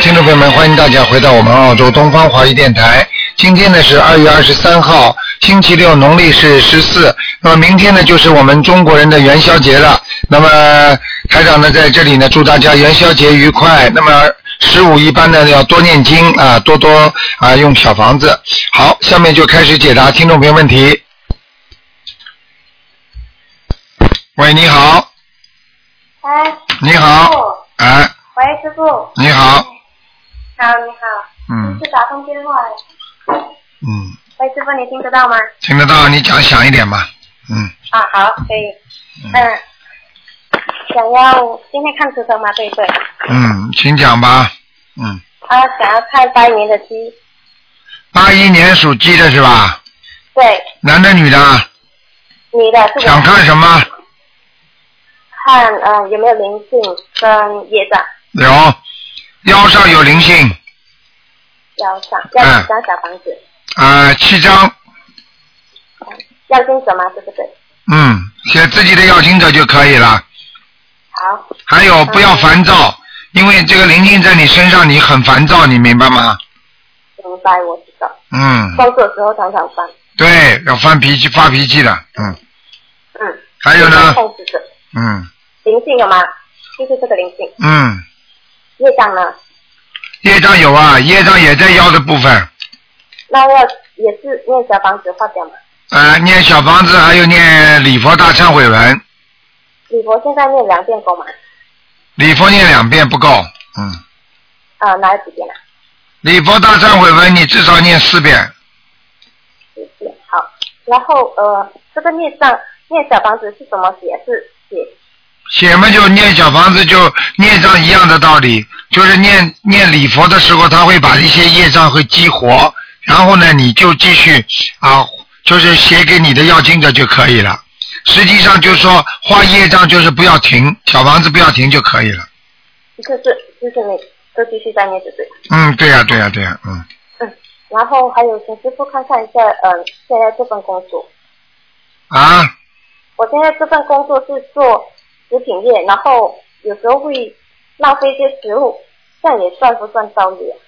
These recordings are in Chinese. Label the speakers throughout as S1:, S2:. S1: 听众朋友们，欢迎大家回到我们澳洲东方华语电台。今天呢是二月二十三号，星期六，农历是十四。那么明天呢就是我们中国人的元宵节了。那么台长呢在这里呢祝大家元宵节愉快。那么十五一般呢要多念经啊，多多啊用小房子。好，下面就开始解答听众朋友问题。喂，你好，
S2: 哎，
S1: 你好，哎，
S2: 喂，师傅。好，
S1: 你好，
S2: 你好，
S1: 嗯
S2: 是打通电话了。
S1: 嗯，
S2: 喂，师傅，你听得到吗？
S1: 听得到，你讲响一点吧，嗯，
S2: 啊，好，可以。嗯，想要今天看图腾吗？对不对？
S1: 嗯，请讲吧。嗯，
S2: 啊，想要看八一年的鸡。
S1: 八一年属鸡的是吧？
S2: 对，
S1: 男的女的？
S2: 女的是我
S1: 想看什么？
S2: 看呃有没有灵性跟业障
S1: 有，腰上有灵性，
S2: 要上要
S1: 嗯
S2: 几张小房子，
S1: 啊，七张，
S2: 要经者吗？对不对？
S1: 嗯，写自己的要经者就可以了。
S2: 好，
S1: 还有不要烦躁，因为这个灵性在你身上，你很烦躁，你明白吗？
S2: 明白，我知道。
S1: 嗯，
S2: 工作的时候常常翻，
S1: 对，要翻脾气发脾气的，嗯，
S2: 嗯。
S1: 还有呢
S2: 控制者
S1: 嗯
S2: 灵性有吗？就是这个灵性，
S1: 嗯，
S2: 业障呢？
S1: 业障有啊，业障也在腰的部分，
S2: 那要也是念小房子化掉嘛？
S1: 呃，念小房子还有念礼佛大忏悔文，
S2: 李博现在念两遍够吗？
S1: 礼佛念两遍不够，嗯，
S2: 啊、哪有几遍啊？
S1: 礼佛大忏悔文你至少念四遍，
S2: 四遍。好，然后呃，这个念上念小房子是怎么写？是写
S1: 写嘛就念小房子就念上一样的道理，就是念念礼佛的时候，他会把一些业障会激活，然后呢你就继续啊，就是写给你的要经者就可以了。实际上就是说画业障就是不要停，小房子不要停就可以了。
S2: 就是就是你都继续在念就是。
S1: 嗯，对呀、对呀、对呀、嗯，
S2: 嗯，然后还有请师傅看看一下，嗯、呃，现在这份工作，
S1: 啊，
S2: 我现在这份工作是做食品业，然后有时候会浪费一些食物，这样也算不算造业啊？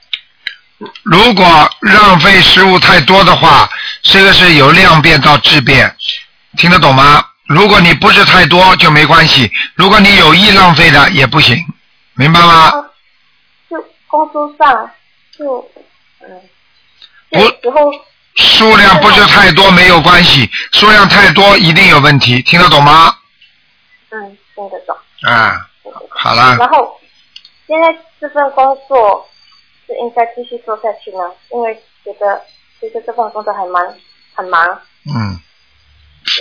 S1: 如果浪费食物太多的话，这个是由量变到质变，听得懂吗？如果你不是太多就没关系，如果你有意浪费的也不行，明白吗？
S2: 啊，就工作上就嗯，有时候
S1: 数量不是太多没有关系，数量太多一定有问题，听得懂吗？
S2: 嗯听得懂。
S1: 啊，好
S2: 然
S1: 了，
S2: 后现在这份工作是应该继续做下去呢，因为觉得其实这份工作还蛮很忙，
S1: 嗯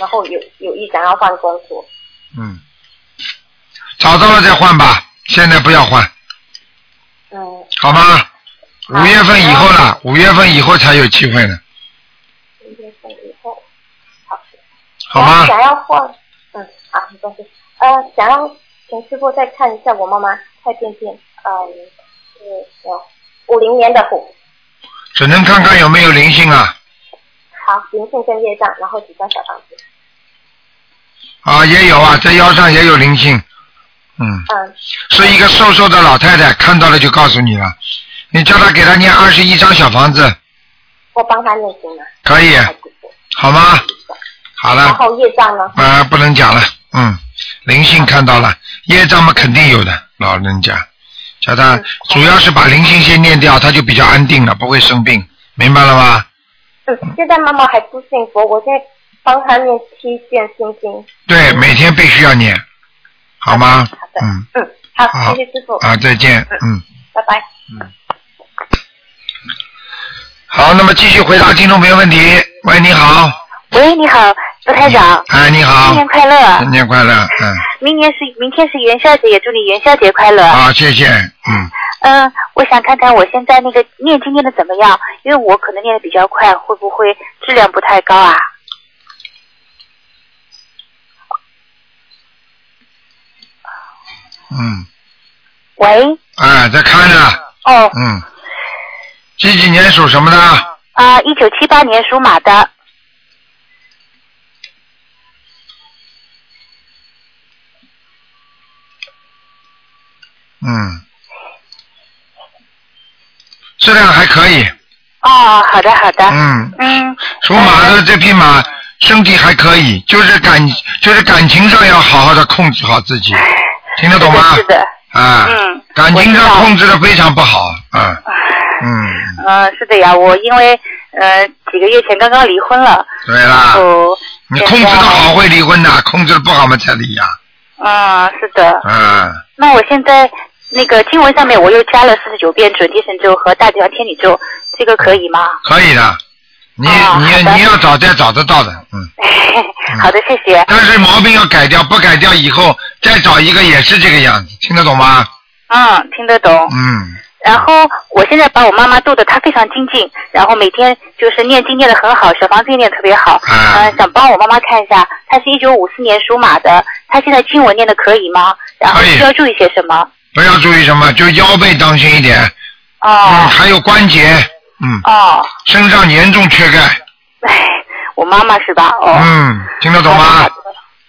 S2: 然后有有意想要换工作。
S1: 嗯，找到了再换吧，现在不要换，
S2: 嗯，
S1: 好吗？五月份以后了，五月份以后才有机会呢，
S2: 今天份以后，好，
S1: 好
S2: 然后
S1: 吗？
S2: 想要换，嗯，好，没关系。呃，想要请师傅再看一下我妈妈蔡变变，嗯，是有五零年的虎。
S1: 只能看看有没有灵性啊。
S2: 好，灵性跟业障，然后几张小房子。
S1: 啊，也有啊，在腰上也有灵性，嗯，
S2: 嗯，
S1: 是一个瘦瘦的老太太，看到了就告诉你了，你叫她给她念二十一张小房子，
S2: 我帮他念经了，
S1: 可以，
S2: 还不错。
S1: 好吗？好
S2: 然
S1: 了，
S2: 后业障呢？
S1: 啊，不能讲了，嗯，灵性看到了，业障嘛肯定有的，老人家，叫她
S2: 嗯
S1: 主要是把灵性先念掉，她就比较安定了，不会生病，明白了吗？
S2: 嗯，现在妈妈还不信佛，我现在帮她念七遍心经。
S1: 对，每天必须要念，好
S2: 嗯
S1: 吗
S2: 好的？，
S1: 嗯，
S2: 嗯，好，
S1: 好
S2: 谢谢师傅，
S1: 啊，再见，嗯。
S2: 拜拜。
S1: 好，那么继续回答听众朋友问题。喂，你好，
S3: 喂，你好，卢台长，
S1: 哎，你
S3: 新
S1: 好，
S3: 年快乐！
S1: 新年快乐，嗯，
S3: 明年是明天是元宵节，也祝你元宵节快乐。
S1: 好，谢谢，嗯，
S3: 嗯、我想看看我现在那个念经念的怎么样，因为我可能念的比较快，会不会质量不太高啊？
S1: 嗯，
S3: 喂，
S1: 哎，在看着，
S3: 哦，
S1: 嗯，几几年属什么的？
S3: 啊、一九七八年属马的，
S1: 嗯，质量还可以，
S3: 哦，好的好的，
S1: 嗯，
S3: 嗯，
S1: 属马的这匹马身体还可以，就是感就是感情上要好好的控制好自己，听得懂吗
S3: 是？的，
S1: 啊，
S3: 嗯
S1: 感情
S3: 我知
S1: 上
S3: 道
S1: 控制的非常不好，嗯嗯，
S3: 嗯，是的呀，我因为呃几个月前刚刚离婚了，
S1: 对啦，
S3: 哦，
S1: 你控制的好会离婚的，控制的不好嘛才离呀、
S3: 嗯，是的，
S1: 嗯，
S3: 那我现在那个经文上面我又加了四十九遍准提神咒和大吉祥天女咒，这个可以吗？
S1: 可以的，你、
S3: 哦好
S1: 你
S3: 的
S1: 你要找再找得到的， 嗯，
S3: 好的，谢谢。
S1: 但是毛病要改掉，不改掉以后再找一个也是这个样子，听得懂吗？
S3: 嗯，听得懂。
S1: 嗯，
S3: 然后我现在把我妈妈逗得她非常精进，然后每天就是念经念得很好，小房子也念得特别好。
S1: 啊
S3: 嗯，想帮我妈妈看一下，她是一九五四年属马的，她现在经文念的可以吗？然后
S1: 可以
S3: 需要注意些什么？啊
S1: 不要注意什么，就腰背当心一点，嗯，
S3: 哦
S1: 还有关节，嗯，
S3: 哦，
S1: 身上严重缺钙，
S3: 哎， 我妈妈是吧？哦，
S1: 嗯，听得懂
S3: 好
S1: 吗
S3: 的？好的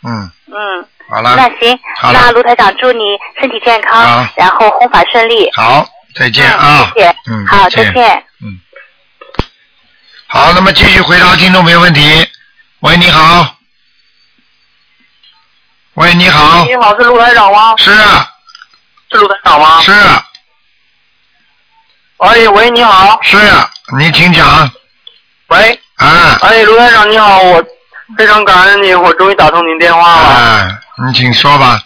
S1: 嗯，
S3: 嗯，
S1: 好
S3: 那
S1: 了，
S3: 行，
S1: 好了
S3: 那卢台长祝你身体健康
S1: 好，
S3: 然后弘法顺利。
S1: 好，再见
S3: 嗯
S1: 啊，
S3: 谢谢
S1: 嗯，
S3: 好，再见。
S1: 嗯，好，那么继续回答听众朋友问题。喂，你好。喂，你
S4: 哎
S1: 好。
S5: 你好，是卢台长吗？
S1: 是啊，
S5: 是卢台长吗？
S1: 是啊，
S5: 哎喂，你好，
S1: 是啊，你请讲。
S5: 喂，
S1: 啊
S5: 哎，卢台长你好，我非常感恩你，我终于打通您电话了。
S1: 啊，你请说吧。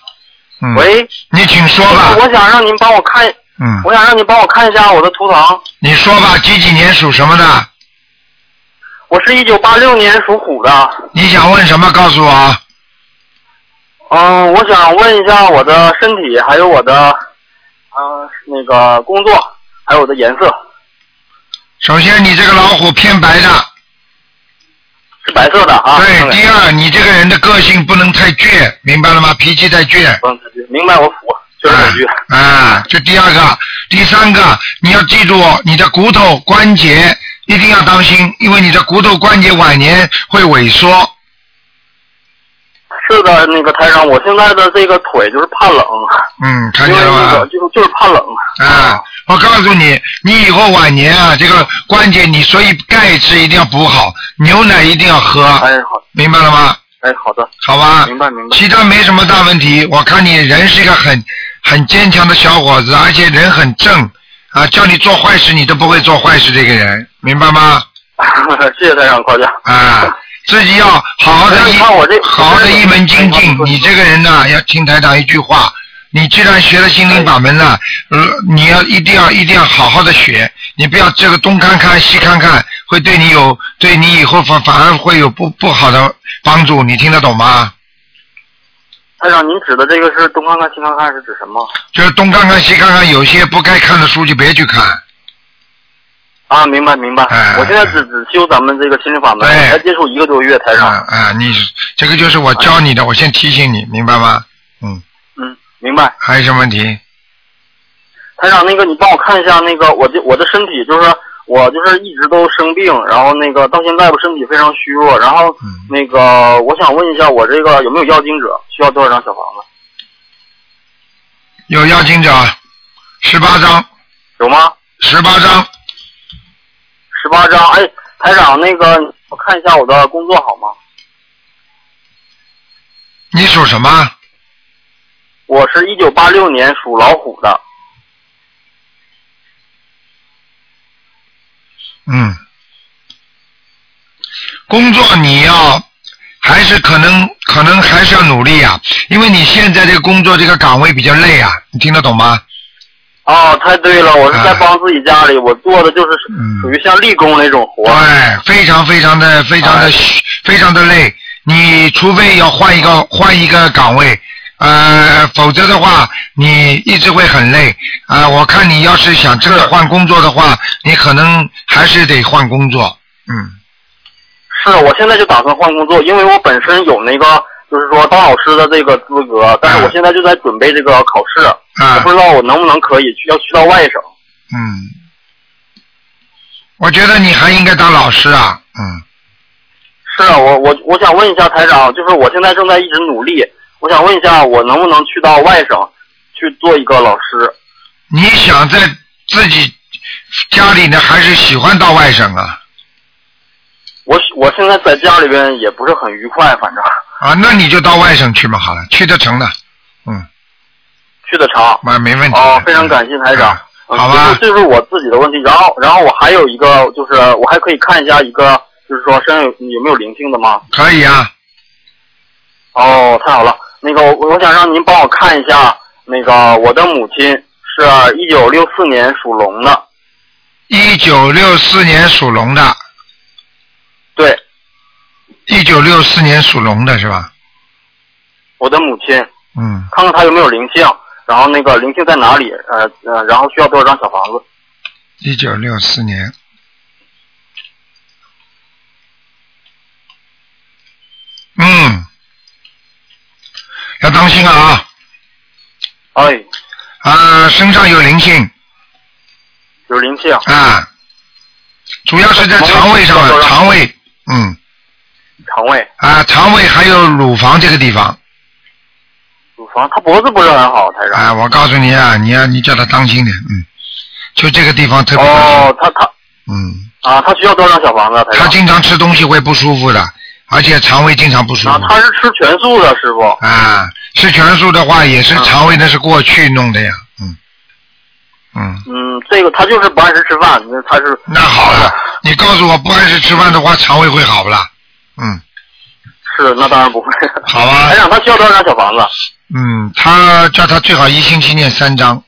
S1: 嗯。。
S5: 喂，
S1: 你请说
S5: 我
S1: 吧。
S5: 我想让您帮我看，
S1: 嗯。
S5: 我想让您帮我看一下我的图腾。
S1: 你说吧，几几年属什么的？
S5: 我是一九八六年属虎的，
S1: 你想问什么？告诉我。啊
S5: 嗯，我想问一下我的身体，还有我的，嗯、那个工作，还有我的颜色
S1: 首先，你这个老虎偏白的。
S5: 是白色的啊。
S1: 对。第
S5: 嗯
S1: 二，你这个人的个性不能太倔，明白了吗？脾气太倔。
S5: 嗯，明白，我服，就是这句。
S1: 啊啊，这第二个，第三个，你要记住你的骨头关节一定要当心，因为你的骨头关节晚年会萎缩。
S5: 是的，那个台长，我现在的这个腿就是怕冷，
S1: 嗯，看
S5: 因为
S1: 见了
S5: 那个
S1: 吗？
S5: 就是就是怕冷。
S1: 啊，我告诉你，你以后晚年啊，这个关节你所以钙质一定要补好，牛奶一定要喝，
S5: 哎，好，
S1: 明白了吗？
S5: 哎，好的，
S1: 好吧，
S5: 明白明白。
S1: 其他没什么大问题。我看你人是一个很很坚强的小伙子，而且人很正啊，叫你做坏事你都不会做坏事，这个人明白吗？
S5: 谢谢台长夸奖。
S1: 啊，自己要好好的
S5: 哎
S1: 一
S5: 你看我这
S1: 好好的一门精
S5: 哎
S1: 进
S5: 我。
S1: 你这个人呢，要听台长一句话，你既然学了心灵法门了，呃，你要一定要一定要好好的学，你不要这个东看看西看看，会对你有对你以后反反而会有不不好的帮助。你听得懂吗？
S5: 台长，您指的这个是东看看西看看是指什么？
S1: 就是东看看西看看，有些不该看的书就别去看。
S5: 啊，明白明白
S1: 哎。
S5: 我现在只只修咱们这个心灵法门，
S1: 对
S5: 才接触一个多月，台
S1: 啊
S5: 长。
S1: 啊，你这个就是我教你的，我先提醒你，明白吗？嗯，
S5: 嗯，明白。
S1: 还有什么问题？
S5: 台长，那个你帮我看一下那个我的我的身体，就是我就是一直都生病，然后那个到现在我身体非常虚弱，然后
S1: 嗯
S5: 那个我想问一下我这个有没有要经者，需要多少张小房子？
S1: 有要经者，十八章，
S5: 有吗？
S1: 十八章，
S5: 十八张。哎，台长，那个我看一下我的工作好吗？
S1: 你属什么？
S5: 我是一九八六年属老虎的，
S1: 嗯，工作你要还是可能可能还是要努力啊，因为你现在这个工作这个岗位比较累啊，你听得懂吗？
S5: 哦，太对了，我是在
S1: 啊
S5: 帮自己家里，我做的就是
S1: 嗯
S5: 属于像立功那种活。
S1: 对，非常非常的非常的
S5: 哎
S1: 虚非常的累，你除非要换一个换一个岗位，呃，否则的话你一直会很累啊、我看你要是想真的
S5: 是
S1: 换工作的话，你可能还是得换工作。嗯，
S5: 是，我现在就打算换工作，因为我本身有那个就是说当老师的这个资格，但是
S1: 嗯
S5: 我现在就在准备这个考试，
S1: 啊
S5: 我不知道我能不能可以去要去到外省。
S1: 嗯，我觉得你还应该当老师啊。嗯，
S5: 是啊，我我我想问一下台长，就是我现在正在一直努力，我想问一下我能不能去到外省去做一个老师？
S1: 你想在自己家里呢还是喜欢到外省啊？
S5: 我我现在在家里边也不是很愉快，反正
S1: 啊，那你就到外省去嘛，好了，去得成的，嗯，
S5: 去的长。
S1: 啊，没问题的。
S5: 哦，非常感谢台长。
S1: 嗯
S5: 嗯
S1: 好
S5: 这
S1: 吧
S5: 是，这是我自己的问题。然后，然后我还有一个，就是我还可以看一下一个，就是说身上有有没有灵性的吗？
S1: 可以啊，
S5: 哦，太好了。那个，我我想让您帮我看一下，那个我的母亲是一九六四年属龙的，
S1: 一九六四年属龙的，
S5: 对，
S1: 一九六四年属龙的是吧？
S5: 我的母亲，
S1: 嗯，
S5: 看看她有没有灵性，然后那个灵性在哪里？呃呃，然后需要多少张小房子？
S1: 一九六四年。嗯，要当心啊！
S5: 哎，
S1: 啊，身上有灵性
S5: 有灵性，
S1: 啊，主要是在肠胃上
S5: 肠胃
S1: 的肠胃，嗯
S5: 肠胃、
S1: 啊，肠胃还有乳房这个地方
S5: 乳房，她脖子不是很好，台长。
S1: 啊，我告诉你啊，你要、你叫他当心点，嗯，就这个地方特别当心，
S5: 哦，她她
S1: 嗯，
S5: 啊，她需要多少张小房子？台
S1: 他
S5: 长。
S1: 经常吃东西会不舒服的，而且肠胃经常不舒
S5: 啊，
S1: 服
S5: 她是吃全素的，师傅。
S1: 啊，吃全素的话也
S5: 啊
S1: 是肠胃那是过去弄的呀，嗯嗯，
S5: 嗯，这个她就是不按时吃饭，那她是
S1: 那好了，你告诉我不按时吃饭的话，肠胃会好不啦？嗯，
S5: 是那当然不会。
S1: 好啊吧
S5: 台，长，她需要多少张小房子？
S1: 嗯，他叫他最好一星期念三章，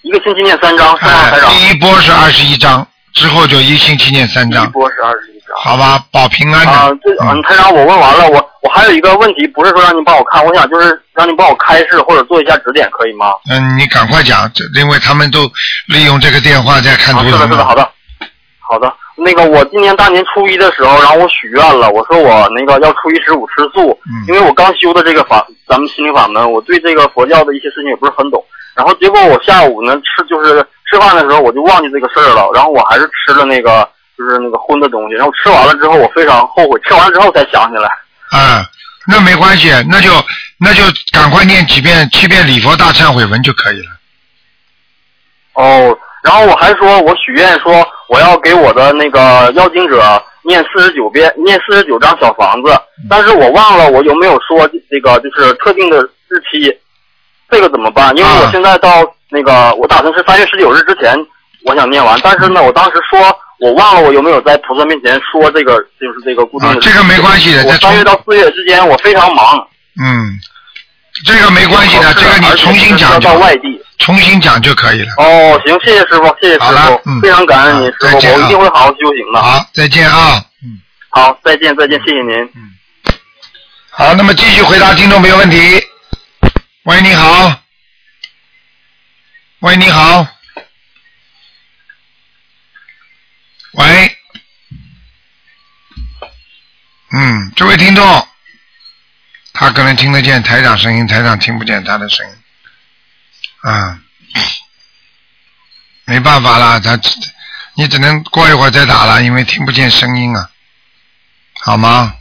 S5: 一个星期念三张，是吗，啊台
S1: 哎
S5: 长？
S1: 第一波是二十一章，之后就一星期念三
S5: 第一
S1: 章，
S5: 波是二十一张。
S1: 好吧，保平安
S5: 啊
S1: 的，。
S5: 这嗯，
S1: 嗯，
S5: 台长，我问完了，我我还有一个问题，不是说让您帮我看，我想就是让您帮我开示或者做一下指点，可以吗？
S1: 嗯，你赶快讲，这因为他们都利用这个电话在看
S5: 啊，
S1: 图
S5: 是
S1: 腾
S5: 的，是的，好的，好的。那个，我今年大年初一的时候，然后我许愿了，我说我那个要初一十五吃素，
S1: 嗯
S5: 因为我刚修的这个法，咱们心灵法门，我对这个佛教的一些事情也不是很懂。然后结果我下午呢吃就是吃饭的时候我就忘记这个事儿了，然后我还是吃了那个就是那个荤的东西，然后吃完了之后我非常后悔，吃完之后才想起来。
S1: 啊，那没关系，那就那就赶快念几遍七遍礼佛大忏悔文就可以了。
S5: 哦，然后我还说，我许愿说我要给我的那个邀请者念四十九遍，念四十九张小房子，
S1: 嗯
S5: 但是我忘了我有没有说这个就是特定的日期，这个怎么办？因为我
S1: 啊
S5: 现在到那个，我打算是三月十九日之前我想念完，但是呢，我当时说我忘了我有没有在菩萨面前说这个就是这个固定
S1: 啊
S5: 的，日
S1: 这
S5: 期。
S1: 个没关系的，
S5: 我
S1: 再重
S5: 三月到四月之间我非常忙，
S1: 嗯，这个没关系
S5: 我
S1: 的，
S5: 哦是
S1: 这个你
S5: 而且
S1: 重新
S5: 我
S1: 讲
S5: 是要到
S1: 就
S5: 外地。
S1: 重新讲就可以了。
S5: 哦，行，谢谢师傅，谢谢师
S1: 好了
S5: 傅，
S1: 嗯
S5: 非常感恩您，
S1: 好
S5: 师傅，
S1: 再见啊
S5: 我一定会好好修行的。
S1: 好，再见啊。嗯，
S5: 好，再见，再见，谢谢您。
S1: 好，那么继续回答听众朋友问题。喂，你好。喂，你好。喂。嗯，这位听众，他可能听得见台长声音，台长听不见他的声音。啊，没办法啦，他只你只能过一会儿再打了，因为听不见声音啊，好吗？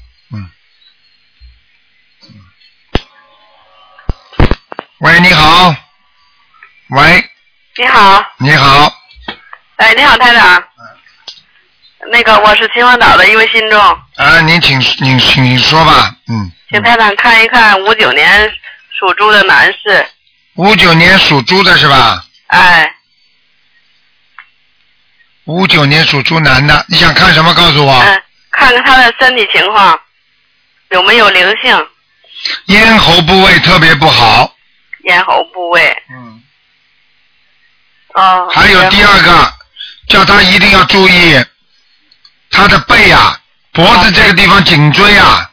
S1: 喂，你好。喂，
S6: 你好，
S1: 你好。
S6: 哎，你好，台长。那个，我是秦皇岛的一位信众，
S1: 啊，您请您请您说吧。嗯。
S6: 请台长看一看五九年属猪的男士。
S1: 五九年属猪的是吧？
S6: 哎，
S1: 五九年属猪男的，你想看什么？告诉我。
S6: 嗯，看看他的身体情况有没有灵性，
S1: 咽喉部位特别不好。
S6: 咽喉部位。
S1: 嗯。
S6: 哦。
S1: 还有第
S6: 然后。
S1: 二个，叫他一定要注意，他的背啊、脖子这个地方、颈椎啊、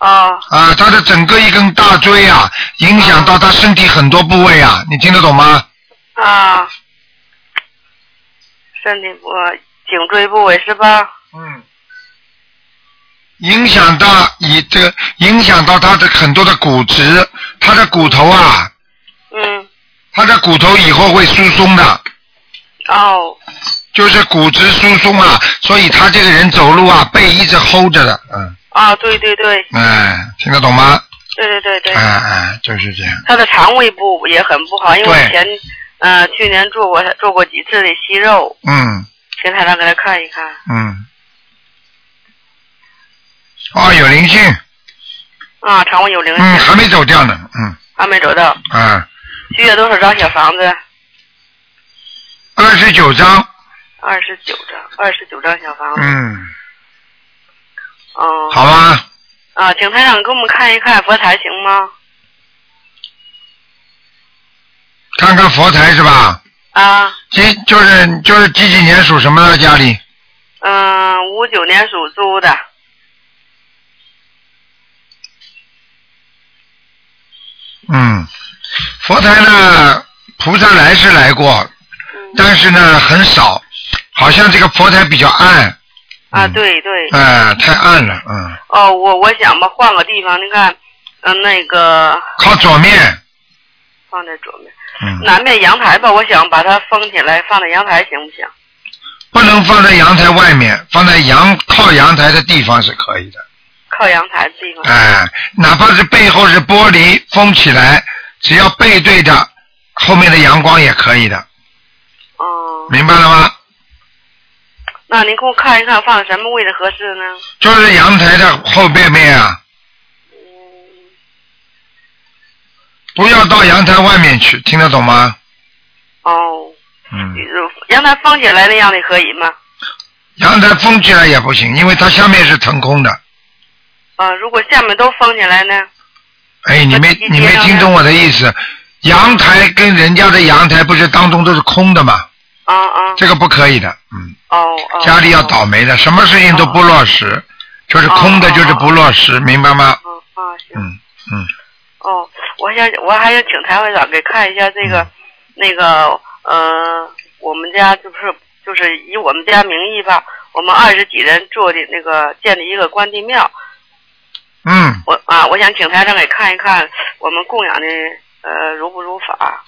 S6: 哦，
S1: 啊，他的整个一根大椎啊，影响到他身体很多部位啊，你听得懂吗？
S6: 啊，身体部颈椎部位是吧？
S1: 嗯，影响到以这个影响到他的很多的骨质，他的骨头啊，
S6: 嗯。
S1: 他的骨头以后会疏松的，
S6: 哦，
S1: 就是骨质疏松啊，所以他这个人走路啊背一直 hold 着的，嗯，
S6: 啊，对对对，
S1: 哎，听得懂吗？
S6: 对对对对。
S1: 哎哎，就是这样，
S6: 他的肠胃部也很不好，因为
S1: 对
S6: 以前呃，去年做过做过几次的息肉，
S1: 嗯
S6: 请台长给他看一看。
S1: 嗯。哦，有灵性，
S6: 啊，肠胃有灵性，
S1: 嗯，还没走掉呢，嗯
S6: 还没走到，
S1: 啊，
S6: 需要多少张小房子？
S1: 二十九章，
S6: 二十九张，二十九张小房子。
S1: 嗯，
S6: 嗯。
S1: 好吧，
S6: 啊，请台长给我们看一看佛台行吗？
S1: 看看佛台是吧？
S6: 啊，
S1: 几就是就是几几年属什么的家里？
S6: 嗯，五九年属猪的，
S1: 嗯，佛台呢，菩萨来是来过，
S6: 嗯
S1: 但是呢很少，好像这个佛台比较暗，
S6: 啊，
S1: 嗯
S6: 对对，
S1: 哎、太暗了，嗯，
S6: 哦，我我想吧，换个地方，您看，嗯、那个
S1: 靠左面，
S6: 放在左面，
S1: 嗯，
S6: 南面阳台吧，我想把它封起来，放在阳台行不行？
S1: 不能放在阳台外面，放在阳靠阳台的地方是可以的，
S6: 靠阳台的地方。
S1: 哎、哪怕是背后是玻璃封起来，只要背对着后面的阳光也可以的，
S6: 哦、
S1: 明白了吗？
S6: 那您给我看一看，放什么位置合适呢？
S1: 就是阳台的后背面啊，
S6: 嗯，
S1: 不要到阳台外面去，听得懂吗？
S6: 哦，
S1: 嗯，
S6: 阳台封起来那样的可以吗？
S1: 阳台封起来也不行，因为它下面是腾空的。
S6: 啊，如果下面都封起来呢？
S1: 哎，你没你没听懂我的意
S6: 嗯
S1: 思？阳台跟人家的阳台不是当中都是空的吗？
S6: 啊啊，
S1: 这个不可以的，嗯，
S6: 哦哦。
S1: 家里要倒霉的，什么事情都不落实，就是空的，
S6: 哦
S1: 就是不落实，明白吗？
S6: 哦。啊啊，行。
S1: 嗯嗯，
S6: 哦，我想我还想请台会长给看一下这个，那个呃，我们家就是就是以我们家名义吧，我们二十几人做的那个建的一个关帝庙，
S1: 嗯，
S6: 我啊，我想请台长给看一看我们供养的呃如不如法。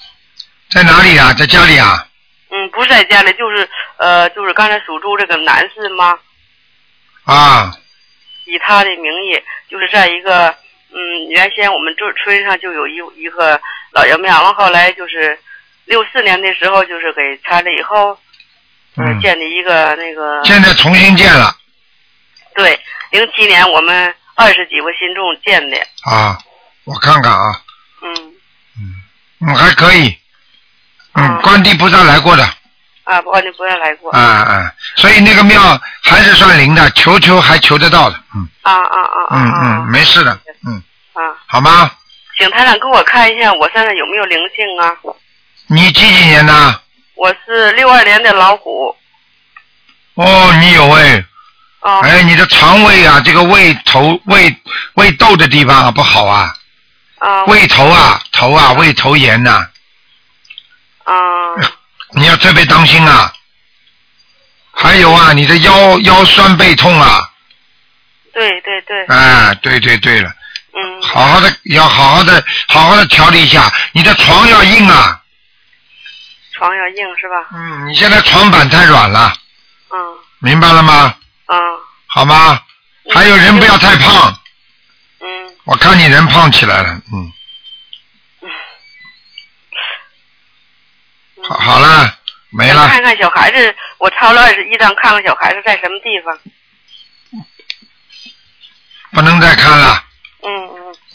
S1: 在哪里啊？在家里啊？
S6: 嗯，不是在家里，就是呃，就是刚才属猪这个男士吗？
S1: 啊，
S6: 以他的名义，就是在一个嗯，原先我们这村上就有一一个老爷庙，然后后来就是六四年的时候，就是给拆了以后，呃
S1: 嗯，
S6: 建的一个那个
S1: 现在重新建了
S6: 对，零七年我们二十几个新众建的，
S1: 啊，我看看啊，
S6: 嗯
S1: 嗯，还可以，嗯，
S6: 啊
S1: 观地菩萨来过的，
S6: 啊，不过你不要来过
S1: 啊啊，所以那个庙还是算灵的，求求还求得到的，嗯
S6: 啊啊啊啊
S1: 嗯
S6: 啊
S1: 嗯，没事的，嗯，
S6: 啊，
S1: 好吗？
S6: 请台长给我看一下我身上有没有灵性啊？
S1: 你几几年的？
S6: 我是六二年的老虎，
S1: 哦，你有哎，
S6: 啊
S1: 哎，你的肠胃啊，这个胃头胃胃窦的地方啊不好啊，
S6: 啊
S1: 胃头啊头啊
S6: 哦
S1: 胃头炎呐、
S6: 啊
S1: 你要特别当心啊。还有啊，你的腰腰酸背痛啊，
S6: 对对对，
S1: 哎，对对对了，
S6: 嗯
S1: 好好的要好好的好好的调理一下，你的床要硬啊，
S6: 床要硬是吧？
S1: 嗯，你现在床板太软了，
S6: 嗯
S1: 明白了吗？
S6: 嗯
S1: 好吗？
S6: 嗯
S1: 还有人不要太胖，
S6: 嗯
S1: 我看你人胖起来了，嗯，
S6: 嗯
S1: 好，好了，没了，
S6: 看看小孩子，我抄了二十一张，看看小孩子在什么地方。
S1: 不能再看了，
S6: 嗯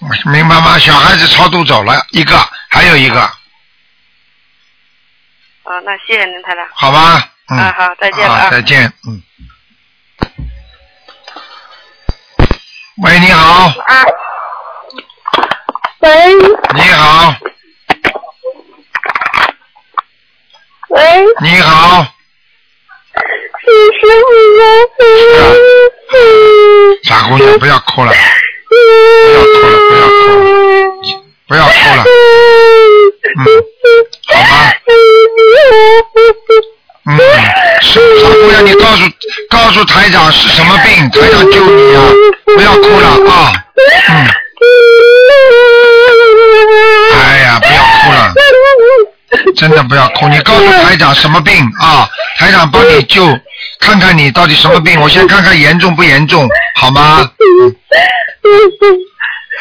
S6: 嗯
S1: 明白吗？小孩子超度走了一个，还有一个，
S6: 啊，那谢谢您，台长。
S1: 好吧？嗯，
S6: 啊好再见了啊
S1: 好再见，嗯。喂，你好，
S2: 啊，喂
S1: 你好，
S2: 喂，
S1: 你好，
S2: 是师傅
S1: 傻姑娘，不要哭了，不要哭 了，嗯，好吧？嗯，傻傻姑娘，你告诉告诉台长是什么病，台长救你啊！不要哭了啊！嗯，哎呀，不要哭了，真的不要哭，你告诉台长什么病啊？台长帮你救，看看你到底什么病，我先看看严重不严重，好吗？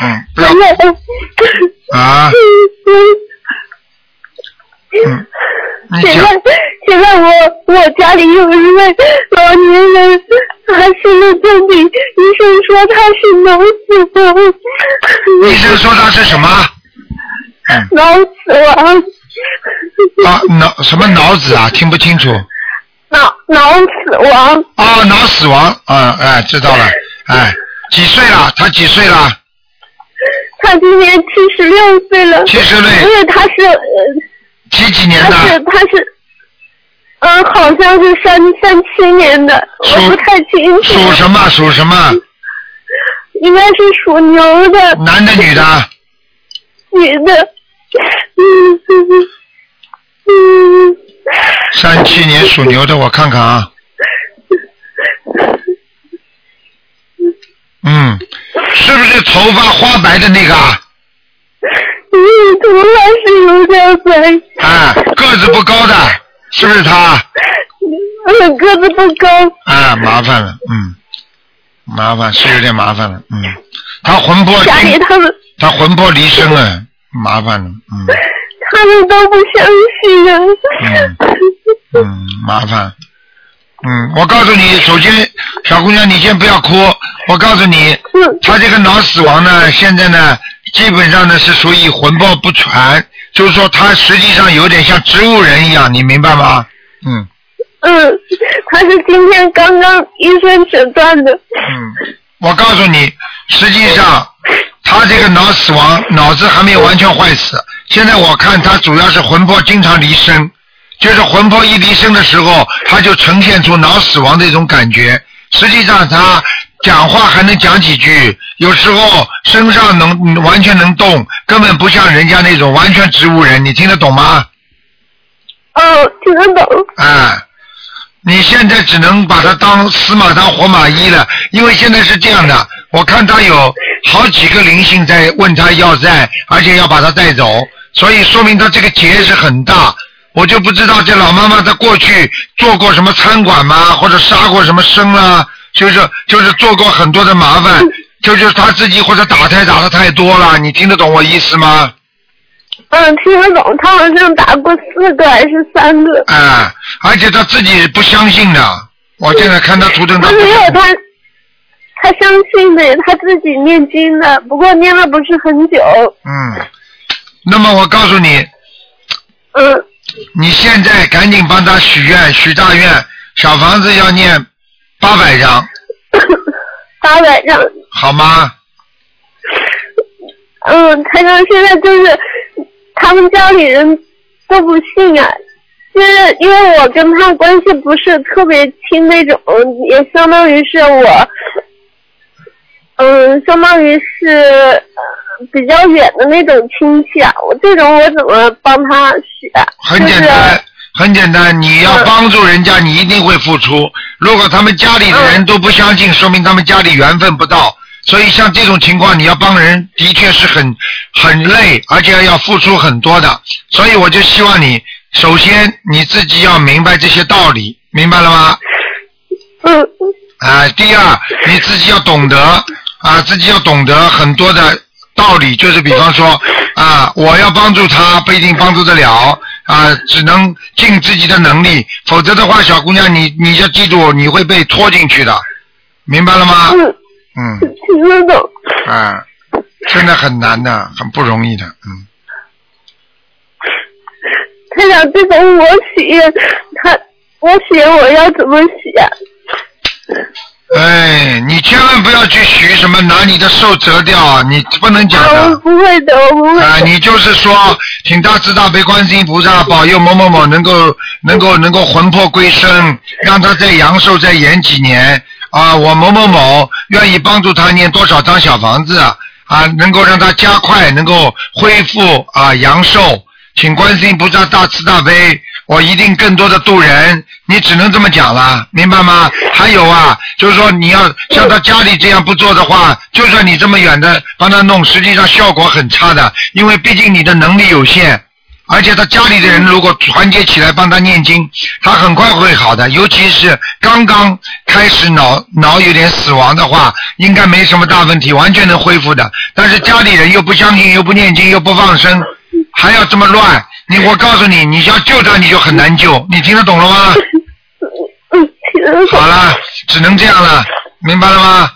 S1: 嗯，不要啊，嗯，你
S7: 请
S1: 讲，
S7: 问，请问我我家里有一位老年人，他生了重病，医生说他是脑死亡，
S1: 医生说他是什么？嗯，
S7: 脑死亡，
S1: 啊，脑什么脑子啊？听不清楚。
S7: 脑脑死亡，
S1: 哦，脑死亡，嗯，哎，知道了，哎，几岁了？他几岁了？
S7: 他今年七十六岁了，
S1: 七十
S7: 不
S1: 岁，
S7: 是他是呃
S1: 几几年
S7: 他是
S1: 的？
S7: 他是。嗯，好像是三三七年的，
S1: 属
S7: 我不太清楚，
S1: 属什么？属什么？
S7: 应该是属牛的，
S1: 男的女的？
S7: 女的，嗯嗯嗯，
S1: 三七年属牛的，我看看啊。嗯，是不是头发花白的那个啊？
S7: 嗯，头发是有点白，
S1: 哎，个子不高的，是不是他？
S7: 嗯，个子不高，
S1: 啊，麻烦了，嗯，麻烦是有点麻烦了，嗯，他魂魄
S7: 家里他们
S1: 他魂魄离身了，麻烦了，嗯
S7: 他们都不相信啊。
S1: 嗯嗯，麻烦，嗯，我告诉你，首先，小姑娘你先不要哭，我告诉你，
S7: 嗯
S1: 他这个脑死亡呢，现在呢，基本上呢是属于魂魄不全，就是说他实际上有点像植物人一样，你明白吗？嗯
S7: 嗯，他是今天刚刚医生诊断的。
S1: 嗯，我告诉你，实际上他这个脑死亡，脑子还没有完全坏死。现在我看他主要是魂魄经常离身，就是魂魄一离身的时候，他就呈现出脑死亡这种感觉。实际上他讲话还能讲几句，有时候身上能嗯完全能动，根本不像人家那种完全植物人。你听得懂吗？
S7: 哦，听得懂。
S1: 哎，你现在只能把他当死马当活马医了，因为现在是这样的，我看他有好几个灵性在问他要债，而且要把他带走，所以说明他这个劫是很大。我就不知道这老妈妈她过去做过什么餐馆吗，或者杀过什么生啦、就是就是做过很多的麻烦，就是她自己或者打胎打的太多了，你听得懂我意思吗？
S7: 嗯，听得懂。他好像打过四个还是三个？
S1: 啊，而且他自己不相信的。我现在看他图腾，
S7: 不
S1: 他不
S7: 是有
S1: 相信
S7: 他，他相信的，他自己念经的，不过念了不是很久。
S1: 嗯。那么我告诉你，
S7: 嗯
S1: 你现在赶紧帮他许愿，许大愿，小房子要念八百张，，
S7: 八百张。
S1: 好吗？
S7: 嗯，台长现在就是他们家里人都不信啊，就是因为我跟他关系不是特别亲那种，也相当于是我，嗯，相当于是呃比较远的那种亲戚啊。我这种我怎么帮他许、啊？嗯
S1: 很简单，很简单，你要帮助人家，你一定会付出。如果他们家里的
S7: 嗯
S1: 人都不相信，说明他们家里缘分不到。所以像这种情况，你要帮人的确是很很累，而且要付出很多的。所以我就希望你，首先你自己要明白这些道理，明白了吗？
S7: 就是嗯
S1: 啊，第二，你自己要懂得啊，自己要懂得很多的道理，就是比方说啊，我要帮助他不一定帮助得了啊，只能尽自己的能力，否则的话，小姑娘你你要记住，你会被拖进去的，明白了吗？
S7: 嗯，
S1: 嗯，
S7: 听得懂。
S1: 啊，真的很难的，很不容易的，嗯，
S7: 他俩这种我许，他我许我要怎么许、啊？
S1: 哎，你千万不要去许什么拿你的寿折掉，你不能讲
S7: 啊，
S1: 的
S7: 我。不会的，我不会的。
S1: 啊、你就是说，请大慈大悲观世音菩萨保佑某某某能够能够能够魂魄归生，让他在阳寿再延几年啊！我某某某愿意帮助他念多少张小房子啊，能够让他加快能够恢复啊阳寿，请观世音菩萨大慈大悲。我一定更多的渡人，你只能这么讲了，明白吗？还有啊，就是说你要像他家里这样不做的话，就算你这么远的帮他弄，实际上效果很差的，因为毕竟你的能力有限，而且他家里的人如果团结起来帮他念经，他很快会好的。尤其是刚刚开始脑脑有点死亡的话，应该没什么大问题，完全能恢复的。但是家里人又不相信，又不念经，又不放生，还要这么乱，你我告诉你，你要救他你就很难救，你听得懂了吗？
S7: 嗯，其实
S1: 好了，只能这样了，明白了吗？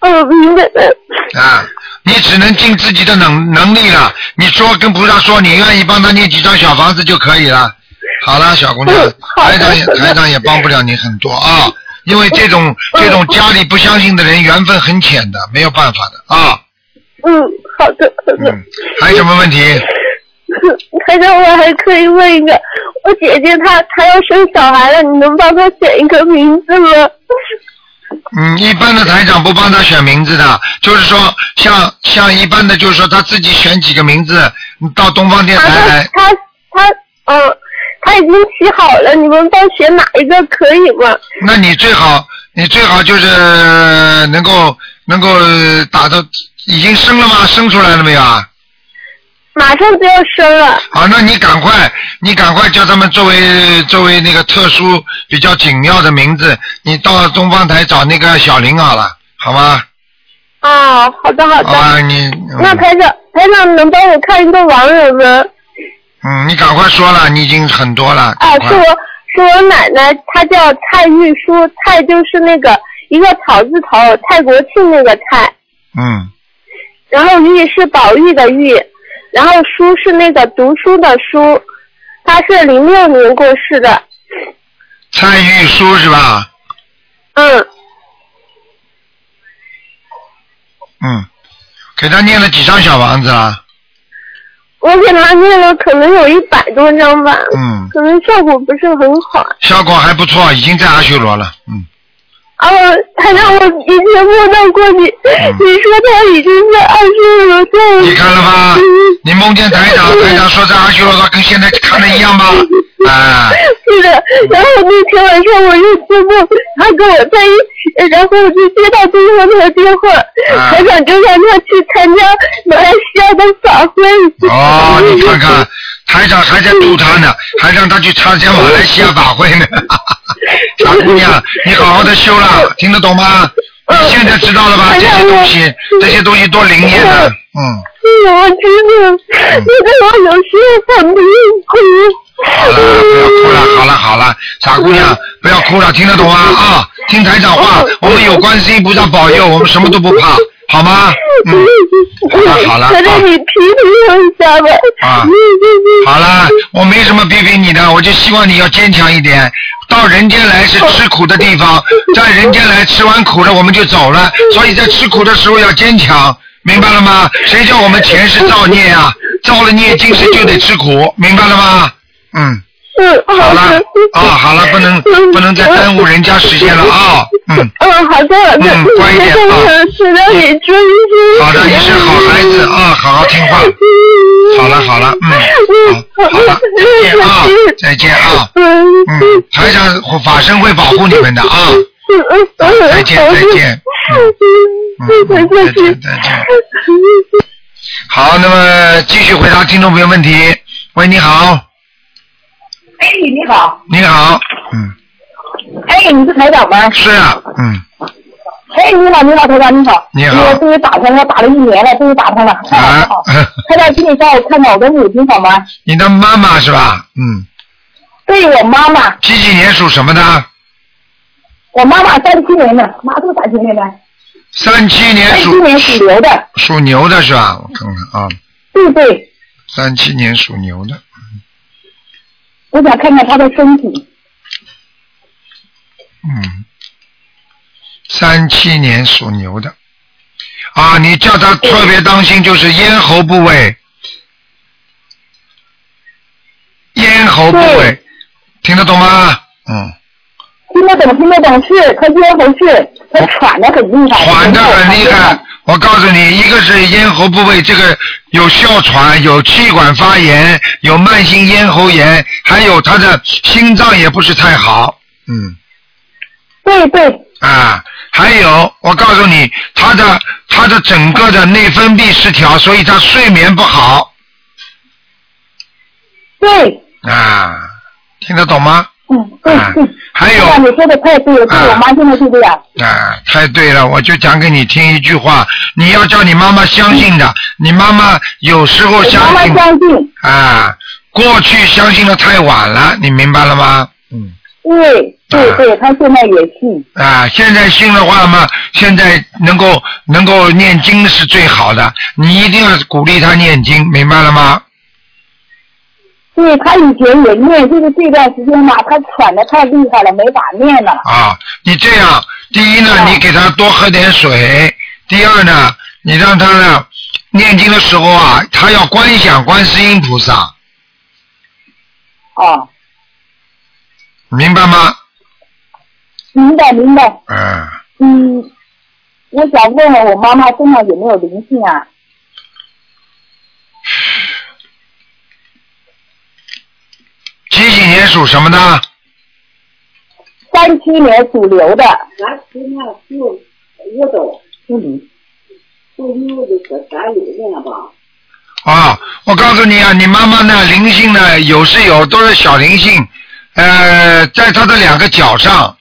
S7: 嗯，明白了。
S1: 啊，你只能尽自己的能能力了。你说跟菩萨说，你愿意帮他念几张小房子就可以了。好了，小姑娘
S7: 嗯，好的
S1: 台长也台长也帮不了你很多啊，因为这种
S7: 嗯
S1: 这种家里不相信的人，缘分很浅的，没有办法的啊。
S7: 嗯，好的，好的。
S1: 嗯，还有什么问题？
S7: 台长，我还 可以问一个，我姐姐她她要生小孩了，你能帮她选一个名字吗？
S1: 嗯，一般的台长不帮他选名字的，就是说像像一般的，就是说他自己选几个名字，你到东方电
S7: 她
S1: 台
S7: 她
S1: 来。
S7: 她她嗯，她已经起好了，你们帮选哪一个可以吗？
S1: 那你最好，你最好就是能够能够呃打到，已经生了吗？生出来了没有啊？
S7: 马上就要生了，
S1: 好，那你赶快，你赶快叫他们作为作为那个特殊比较紧要的名字，你到东方台找那个小玲好了，好吗？
S7: 啊，好的好
S1: 好
S7: 的。
S1: 吧，你
S7: 那
S1: 嗯
S7: 台长，台长能帮我看一个亡人吗？
S1: 嗯，你赶快说了，你已经很多了，
S7: 啊，
S1: 赶
S7: 是
S1: 快
S7: 我是我奶奶，她叫蔡玉书，蔡就是那个一个草字头，蔡国庆那个蔡，
S1: 嗯
S7: 然后玉是宝玉的玉，然后书是那个读书的书，她是零六年过世的，
S1: 蔡玉书是吧？
S7: 嗯，
S1: 嗯，给他念了几张小房子啊？
S7: 我给她念了可能有一百多张吧，
S1: 嗯，
S7: 可能效果不是很好。
S1: 效果还不错，已经在阿修罗了，嗯。
S7: 啊，他让我以前梦到过你，你说他已经在二十五岁了。
S1: 嗯你看了吧？你梦见台长，台长说在阿修罗道跟现在看的一样吧？啊，
S7: 是的，然后那天晚上我又做梦，他跟我在一起，然后我就接到对方的电话，
S1: 啊
S7: 台长就让他去参加马来西亚的法会。
S1: 哦，你看看，台长还在度他呢，还让他去参加马来西亚法会呢。傻姑娘，你好好的修了，听得懂吗？你现在知道了吧？这些东西，这些东西多灵验的，嗯。
S7: 是我知道，你对我有时候很不
S1: 好了，不要哭
S7: 哭。
S1: 了，好了好了，傻姑娘，不要哭了，听得懂吗？
S7: 嗯
S1: 啊，听台长话，
S7: 哦
S1: 我们有观世音菩萨保佑，我们什么都不怕，好吗？嗯。好了好了
S7: 台长你批评我一下吧。
S1: 啊
S7: 嗯
S1: 好了，我没什么批评你的，我就希望你要坚强一点。到人间来是吃苦的地
S7: 哦
S1: 方，在人间来吃完苦了我们就走了，所以在吃苦的时候要坚强，明白了吗？谁叫我们前世造孽啊？造了孽，今世就得吃苦，明白了吗？嗯，
S7: 嗯，
S1: 好
S7: 好
S1: 了
S7: 的。
S1: 啊，好了，不能不能再耽误人家时间了啊，嗯。
S7: 嗯，好的，好的，
S1: 嗯乖一点啊
S7: 我知道你注意。
S1: 好的，你是好孩子啊，好好听话。好了好了，嗯，好，好了，再见啊，再见啊，
S7: 嗯
S1: 嗯，台长法身会保护你们的啊，
S7: 嗯嗯，
S1: 再见再见，嗯嗯
S7: 再
S1: 再
S7: 见
S1: 见再见。好，那么继续回答听众朋友问题。喂，你好，
S4: 哎，你好，
S1: 你好，嗯，
S4: 哎，你是台长吗？
S1: 是啊，嗯，
S4: 哎，你好，你好，台长，你好。
S1: 你好
S4: 我终于打通了，打了一年了，终于打通了，太好
S1: 啊
S4: 太好。，
S1: 呵
S4: 台长，请你帮我看看我的母亲好吗？
S1: 你的妈妈是吧？嗯，
S4: 对我妈妈，
S1: 几几年属什么的？
S4: 我妈妈三七年的，妈都三七年的，
S1: 三七年
S4: 三七
S1: 属
S4: 年属牛的，
S1: 属牛的是吧？我看看啊，
S4: 对对，
S1: 三七年属牛的，
S4: 我想看看她的身体。
S1: 嗯，三七年属牛的，啊，你叫他特别当心，就是咽喉部位，咽喉部位，听得懂吗？嗯，
S4: 听得懂，听得懂，是她咽喉是，她喘的很厉害，
S1: 喘的很厉
S4: 她
S1: 害。我告诉你，一个是咽喉部位，这个有哮喘，有气管发炎，有慢性咽喉炎，还有他的心脏也不是太好，嗯。
S4: 对对，
S1: 啊，还有，我告诉你，他的他的整个的内分泌失调，所以他睡眠不好
S4: 对，
S1: 啊，听得懂吗？
S8: 嗯，对
S1: 啊
S8: 对，
S1: 还有
S8: 对你说的太对了，对我妈现在就这样。
S1: 啊，太对了，我就讲给你听一句话，你要叫你妈妈相信的，你妈妈有时候
S8: 我妈
S1: 相
S8: 妈
S1: 信
S8: 相信，
S1: 啊，过去相信的太晚了，你明白了吗？嗯。
S8: 对对对，她现在也信。
S1: 啊，现在信的话嘛，现在能够能够念经是最好的，你一定要鼓励他念经，明白了吗？
S8: 对她以前也念，就是这段时间吧，她喘的太厉害了，没法念了。
S1: 啊，你这样，第一呢，
S8: 嗯
S1: 你给他多喝点水；第二呢，你让他呢念经的时候啊，他要观想观世音菩萨，
S8: 啊，
S1: 明白吗？
S8: 明白明白。
S1: 嗯，
S8: 嗯，我想问问我妈妈身上有没有灵性啊？
S1: 几几年属什么的？
S8: 三七年属牛的，
S2: 咱吃那就我都
S8: 嗯，
S2: 都有的说咱有人吧，
S1: 啊，我告诉你啊，你妈妈呢灵性呢有是有，都是小灵性，呃，在她的两个脚上，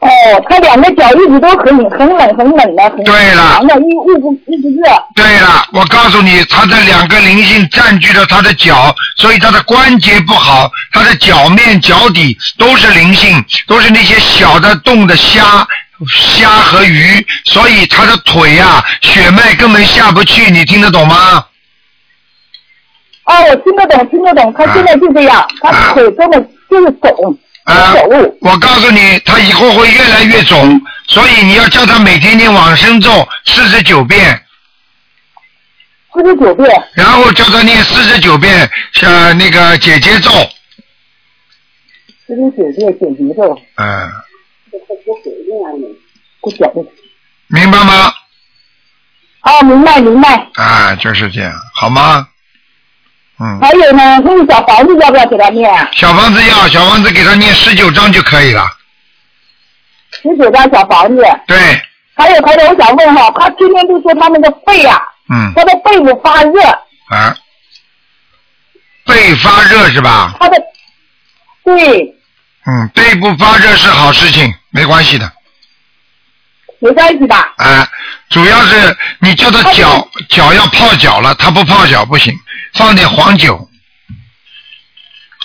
S8: 哦，她两个脚一直都很很冷很冷的，很
S1: 对了
S8: 凉的，一一直一直热。
S1: 对了，我告诉你，他的两个灵性占据了他的脚，所以他的关节不好，他的脚面、脚底都是灵性，都是那些小的动的虾、虾和鱼，所以他的腿呀、血脉根本下不去，你听得懂吗？
S8: 哦，我听得懂，听得懂。她现在就这样，她腿根本就是肿，
S1: 啊
S8: 很肿。
S1: 我告诉你，他以后会越来越肿，所以你要叫他每天念往生咒四十九遍，
S8: 四十九遍。
S1: 然后叫他念四十九遍呃那个姐姐咒，
S8: 四十九遍减肥肉，
S1: 嗯、
S2: 这还不会练呢。
S8: 这减肥。
S1: 明白吗？
S8: 哦，明白明白。
S1: 啊，就是这样，好吗？嗯，
S8: 还有呢，那个小房子要不要给她念啊？
S1: 小房子要小房子给他念十九章就可以了。
S8: 十九张小房子。
S1: 对，
S8: 还有还有，我想问哈，她天天都说她那个肺啊，
S1: 嗯
S8: 她的背部发热，
S1: 啊，背发热是吧？
S8: 她的对，
S1: 嗯，背部发热是好事情，没关系的。
S8: 没关系吧？
S1: 啊，主要是你叫他脚脚要泡脚了，他不泡脚不行，放点黄酒。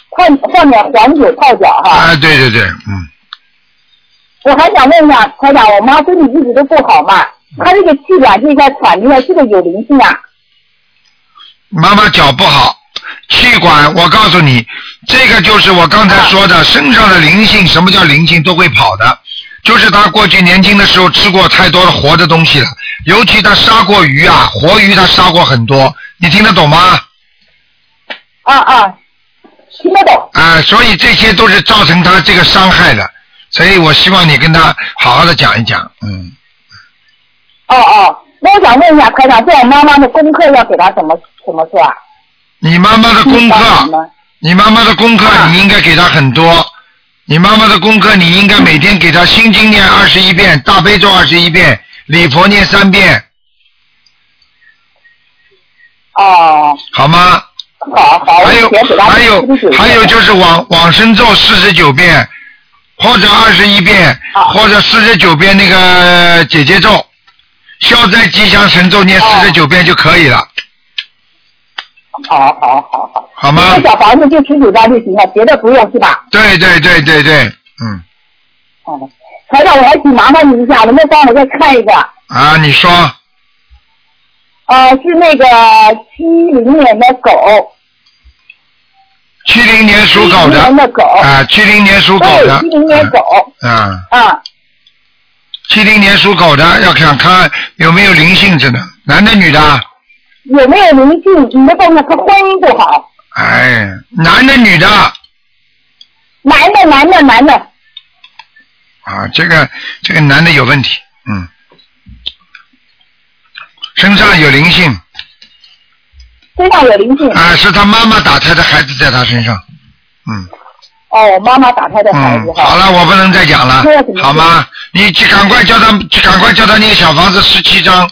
S8: 换换点黄酒泡脚哈。
S1: 啊，对对对，嗯，
S8: 我还想问一下，台长，我妈身体一直都不好嘛，她这个气管这一块喘这块，这个有灵性啊？
S1: 妈妈脚不好，气管，我告诉你，这个就是我刚
S8: 啊
S1: 才说的，身上的灵性，什么叫灵性都会跑的，就是他过去年轻的时候吃过太多的活的东西了，尤其他杀过鱼啊，活鱼他杀过很多，你听得懂吗？
S8: 啊啊，听得懂。
S1: 啊、所以这些都是造成他这个伤害的，所以我希望你跟他好好的讲一讲，嗯，
S8: 哦哦，那我想问一下，台长，这我妈妈的功课要给她怎么怎么做啊？
S1: 你妈妈的功
S8: 你帮我
S1: 课
S8: 们，
S1: 你妈妈的功课
S8: 啊
S1: 你应该给她很多，你妈妈的功课你应该每天给她心经念二十一遍，大悲咒二十一遍，礼佛念三遍，
S8: 哦，
S1: 好吗？
S8: 好好，
S1: 还有
S8: 我先给她
S1: 还
S8: 吃水
S1: 有还有就是往往生咒四十九遍，或者二十一遍，
S8: 啊
S1: 或者四十九遍那个姐姐咒，消灾吉祥神咒
S8: 哦
S1: 念四十九遍就可以了，
S8: 好好好好，
S1: 好吗？
S8: 那小房子就十九张就行了，别的不用是吧？
S1: 对对对对对，嗯
S8: 嗯，台长，我还请麻烦你一下，能不能帮我再看一个？
S1: 啊，你说
S8: 呃，是那个七零年的狗，
S1: 七零年
S8: 七
S1: 属狗
S8: 零
S1: 的
S8: 年的狗，
S1: 啊，七零年属狗的
S8: 对，七零年狗，
S1: 啊，
S8: 啊，
S1: 七零年属狗的要想看有没有灵性着呢，男的女的啊？
S8: 有没有灵性？你的问问他婚姻不好，
S1: 哎，男的女的
S8: 男的男的男的，
S1: 啊，这个这个男的有问题，嗯，身上有灵性
S8: 身上有灵性。
S1: 啊，是他妈妈打胎的孩子在他身上，嗯
S8: 哦，我妈妈打胎的孩子
S1: 嗯，好
S8: 哈。
S1: 了，我不能再讲了
S8: 这个怎，么
S1: 好吗？你去赶快叫他，去赶快叫他念小房子十七章，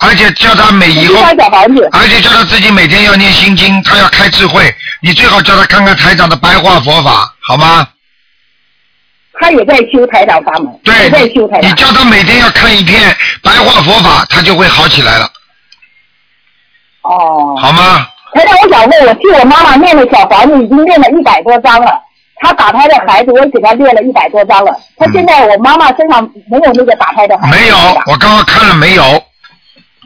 S1: 而且叫他每以
S8: 就
S1: 后
S8: 像小房子。
S1: 而且叫他自己每天要念心经，他要开智慧。你最好叫他看看台长的白话佛法，好吗？
S8: 他也在修台长法门，
S1: 对
S8: 也在修台，
S1: 你
S8: 长。
S1: 叫他每天要看一遍白话佛法，他就会好起来了，
S8: 哦，
S1: 好吗？
S8: 台长，我想问，我替我妈妈念的小房子已经念了一百多张了，她打胎的孩子我也给她念了一百多张了，她现在我妈妈身上没有那个打胎的孩子，
S1: 没有
S8: 是吧，
S1: 我刚刚看了没有，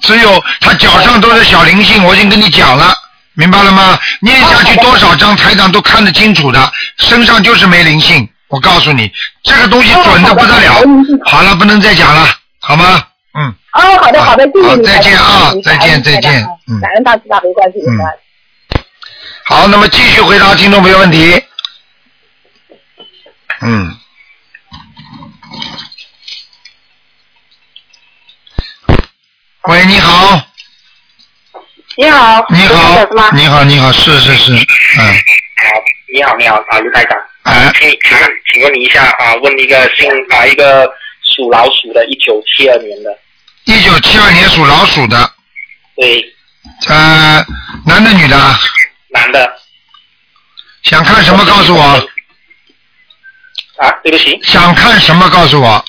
S1: 只有他脚上都是小灵性，我已经跟你讲了，明白了吗？念下去多少张，台长都看得清楚的，身上就是没灵性。我告诉你，这个东西准的不得了
S8: 哦好的好的没问题。
S1: 好了，不能再讲了，好吗？嗯，
S8: 哦，好的好的，谢谢
S1: 好
S8: 你，
S1: 再见啊
S8: 台长
S1: 再见再见嗯
S8: 感恩大慈大悲观世音菩萨
S1: 嗯好，那么继续回答听众朋友问题。嗯。喂，你好。
S9: 你好，
S1: 你
S9: 是
S1: 好
S9: 我是吗，？
S1: 你好，你好，是是是，嗯，
S10: 哎，你好，你好，啊，卢台长，
S1: 哎，
S10: 请你请问请问你一下啊，问一个姓啊一个属老鼠的，一九七二年的，
S1: 一九七二年属老鼠的，
S10: 对，
S1: 呃，男的女的啊，
S10: 男的
S1: 想看什么告诉我，
S10: 啊，对不起
S1: 想看什么告诉我。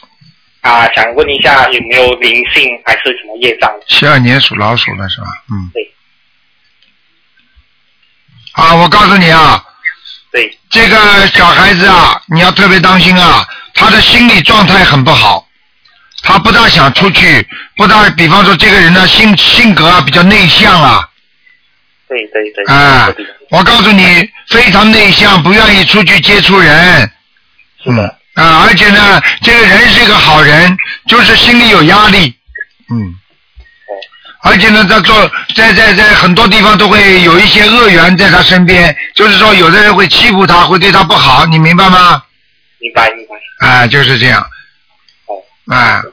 S10: 啊，想问一下有没有灵性还是什么业障？
S1: 七二年属老鼠的是吧？嗯
S10: 对。
S1: 啊，我告诉你啊，
S10: 对，
S1: 这个小孩子啊，你要特别当心啊，他的心理状态很不好，他不大想出去，不大，比方说这个人呢，性性格啊比较内向啊，
S10: 对对对，
S1: 啊
S10: 对对，
S1: 我告诉你，非常内向，不愿意出去接触人。
S10: 是的，
S1: 啊，而且呢，这个人是个好人，就是心里有压力。嗯。
S10: 哦
S1: 而且呢，在做在在在很多地方都会有一些恶缘在他身边，就是说有的人会欺负他，会对他不好，你明白吗？
S10: 明白明白。
S1: 啊，就是这样。
S10: 哦。
S1: 啊，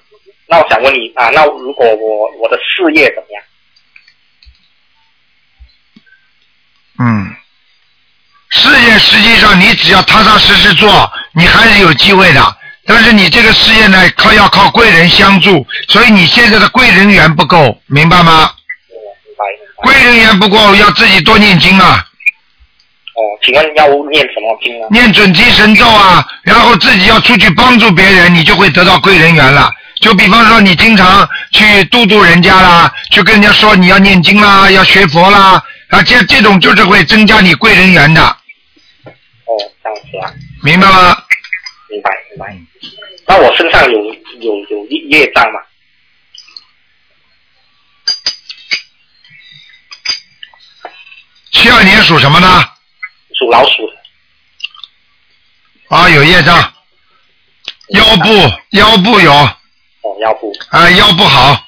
S10: 那我想问你啊，那如果我我的事业怎么样？
S1: 嗯。事业实际上你只要踏踏实实做，你还是有机会的。但是你这个事业呢，靠要靠贵人相助，所以你现在的贵人缘不够，明白吗？
S10: 哦明白明白。
S1: 贵人缘不够，要自己多念经啊，
S10: 哦，请问要念什么经呢？啊
S1: 念准提神咒啊，然后自己要出去帮助别人，你就会得到贵人缘了。就比方说，你经常去度度人家啦，去跟人家说你要念经啦，要学佛啦，啊，这这种就是会增加你贵人缘的，
S10: 哦，这样子啊，
S1: 明白吗？
S10: 明白明白。那我身上有有有业业障吗？
S1: 七二年属什么呢？
S10: 属老鼠的。
S1: 啊，有业障，腰部腰部有
S10: 哦，腰部
S1: 啊，腰不好，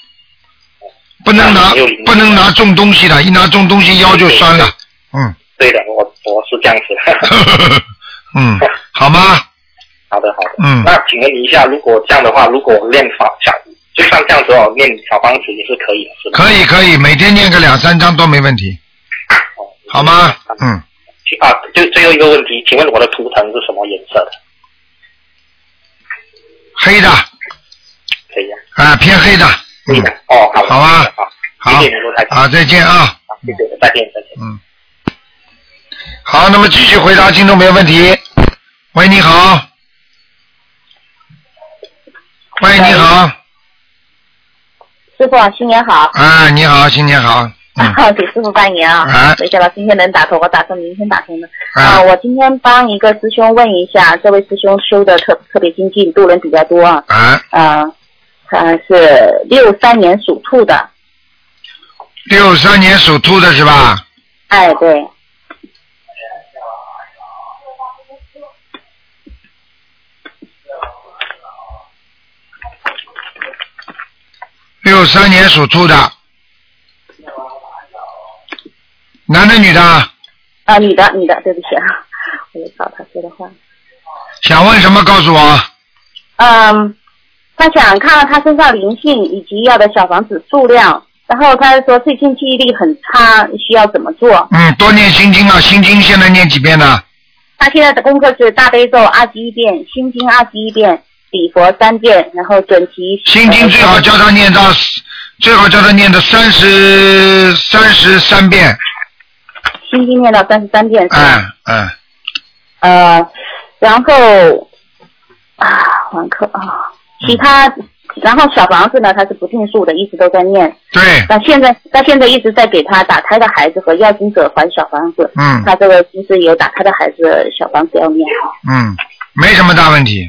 S1: 不能拿不能拿重东西的，一拿重东西腰就酸了。嗯，
S10: 对的，我我是这样子。
S1: 嗯，好吗？
S10: 好的好的。
S1: 嗯
S10: 那请问你一下，如果这样的话，如果练法小，就算这样子哦，练小方子也是可以的，是吧？
S1: 可以可以，每天念个两三章都没问题，
S10: 哦
S1: 好吗？嗯，
S10: 请啊，就最后一个问题，请问我的图腾是什么颜色的？
S1: 黑的，
S10: 可以啊，
S1: 啊，偏黑的。
S10: 可以
S1: 嗯
S10: 的，。哦，好的，
S1: 好啊
S10: 好，
S1: 好
S10: 谢谢你卢台，长，
S1: 好，再见啊。
S10: 好谢谢，再见，再见。
S1: 嗯。好，那么继续回答听众朋友问题。喂，你好。喂，你好。
S9: 师傅新年好，
S1: 啊，你好，新年好。嗯。
S9: 啊，给师傅拜年啊！
S1: 啊
S9: 没想到今天能打通，我打算明天打通的。
S1: 啊
S9: 我今天帮一个师兄问一下，这位师兄修的特特别精进，渡人比较多啊。
S1: 啊，
S9: 啊，他是六三年属兔的，
S1: 六三年属兔的是吧？
S9: 哎，对，
S1: 六三年属 兔的，男的女的？
S9: 啊，女的，女的，对不起啊，我又找他说的话。
S1: 想问什么告诉我？
S9: 嗯，他想看看他身上灵性以及要的小房子数量，然后他说最近记忆力很差，需要怎么做？
S1: 嗯，多念心经啊，心经现在念几遍呢？
S9: 他现在的功课是大悲咒二十一遍，心经二十一遍，礼佛三遍，然后准提
S1: 心经最好教他念到，最好教他念到三十三十三遍，
S9: 心经念到三十三遍是吧？
S1: 嗯嗯，
S9: 呃，然后啊，完课啊，其他，然后小房子呢，他是不定数的，一直都在念。
S1: 对，
S9: 那现在，那现在一直在给他打胎的孩子和要经者还小房子。
S1: 嗯
S9: 那这个就是有打胎的孩子小房子要念。
S1: 嗯，没什么大问题，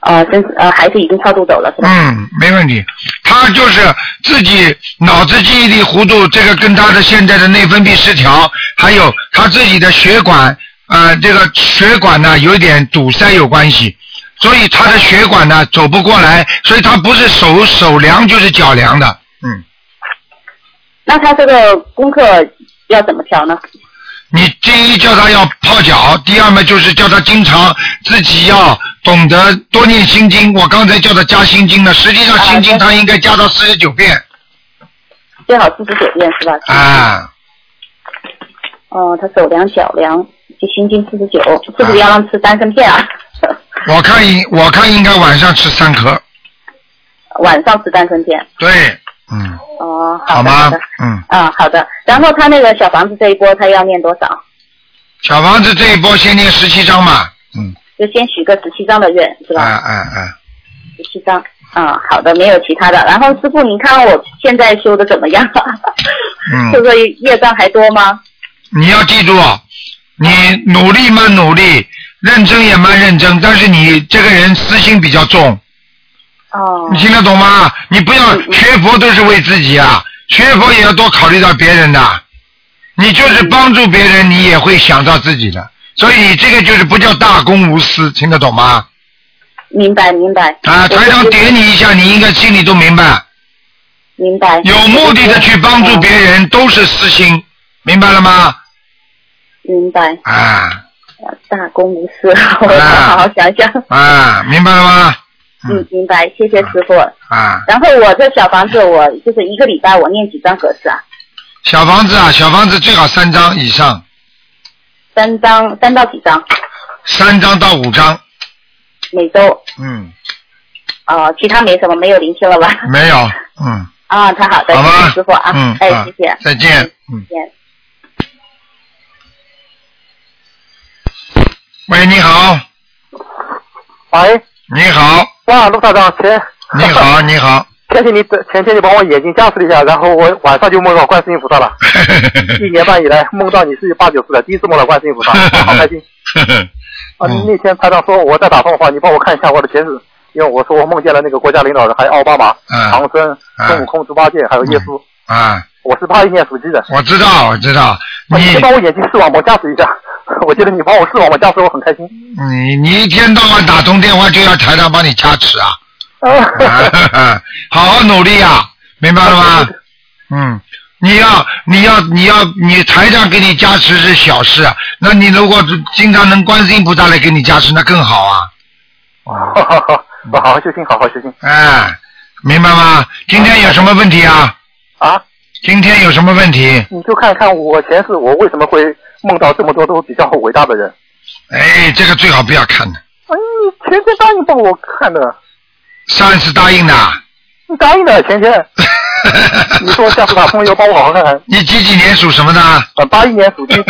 S9: 呃，真是呃，孩子已经超度走了是吧？
S1: 嗯，没问题。他就是自己脑子记忆力糊涂，这个跟他的现在的内分泌失调，还有他自己的血管，呃，这个血管呢有一点堵塞有关系，所以他的血管呢走不过来，所以他不是手手凉就是脚凉的，嗯。
S9: 那他这个功课要怎么调呢？
S1: 你第一叫他要泡脚，第二嘛就是叫他经常自己要懂得多念心经。我刚才叫他加心经了，实际上心经他应该加到四十九遍
S9: 最好四十九遍是吧？
S1: 啊。
S9: 哦，他手凉脚凉，就心经四十九，是不是要让吃丹参片啊？
S1: 我看应我看应该晚上吃三颗，
S9: 晚上吃丹参片。
S1: 对，嗯，
S9: 哦，
S1: 好
S9: 的
S1: 吗
S9: 好的？
S1: 嗯，
S9: 啊，好的。然后他那个小房子这一波，他要念多少？
S1: 小房子这一波先念十七章嘛，
S9: 就先许个十七张的愿，是吧？
S1: 啊啊啊，
S9: 十七张。啊，好的，没有其他的。然后师傅，你看我现在修的怎么样？ 是
S1: 嗯，
S9: 不是业障还多吗？
S1: 你要记住，你努力嘛努力，认真也蛮认真，但是你这个人私心比较重，
S9: 哦，嗯
S1: 你听得懂吗？你不要学佛都是为自己啊，学佛也要多考虑到别人的。你就是帮助别人，你也会想到自己的，所以你这个就是不叫大公无私，听得懂吗？
S9: 明白明白。
S1: 啊，台长点你一下，你应该心里都明白。
S9: 明白。
S1: 有目的的去帮助别人都是私心，明白了吗？
S9: 明白，
S1: 啊
S9: 大公无私， 我要好好想想。
S1: 啊，明白了吗？
S9: 嗯，明白，谢谢师傅。
S1: 啊，
S9: 然后我这小房子，我就是一个礼拜我念几张合适啊？
S1: 小房子啊，小房子最好三张以上，
S9: 三张，三到几张？
S1: 三张到五张，
S9: 每周
S1: 嗯，
S9: 啊、其他没什么，没有灵性了吧？
S1: 没有，嗯
S9: 啊，太好的，
S1: 好
S9: 谢
S1: 吧
S9: 谢师傅啊，
S1: 嗯，
S9: 哎，
S1: 啊
S9: 谢谢，
S1: 再见，嗯。
S9: 再见。
S1: 喂，你好。
S10: 喂。
S1: 你好。
S10: 哇，陆台长，前。
S1: 你 好，你好。
S10: 前天你前天你把我眼睛加持了一下，然后我晚上就梦到观世音菩萨 了。
S1: 哎
S10: 一年半以来梦到你是八九次的，第一次梦到观世音 菩萨，好开心。啊，
S1: 嗯
S10: 那天台长说我在打通的话，你帮我看一下我的前世，因为我说我梦见了那个国家领导人，还有奥巴马、
S1: 嗯
S10: 唐僧、孙悟空、猪八戒，还有耶稣。
S1: 啊，
S10: 我是八一年属鸡的。啊
S1: 我知道，我知道。
S10: 你先帮我眼睛视网膜加持一下， 我觉得你帮我视网膜加持，我很开心。
S1: 你你一天到晚打通电话就要台长帮你加持啊，啊好好努力啊，明白了吗？嗯，你要你要你要你台长给你加持是小事，啊那你如果经常能观世音菩萨来给你加持，那更好啊。
S10: 好好好，我 好好修心，好好修心。
S1: 哎，明白吗？今天有什么问题啊？
S10: 啊？
S1: 今天有什么问题？
S10: 你就看看我前世我为什么会梦到这么多都比较伟大的人。
S1: 哎，这个最好不要看的，
S10: 哎，你前天答应帮我看的，
S1: 上一次答应的。
S10: 你答应的前 天。你说下次打风油帮我好好看看。
S1: 你几几年属什么的？啊
S10: 呃，八一年属鸡。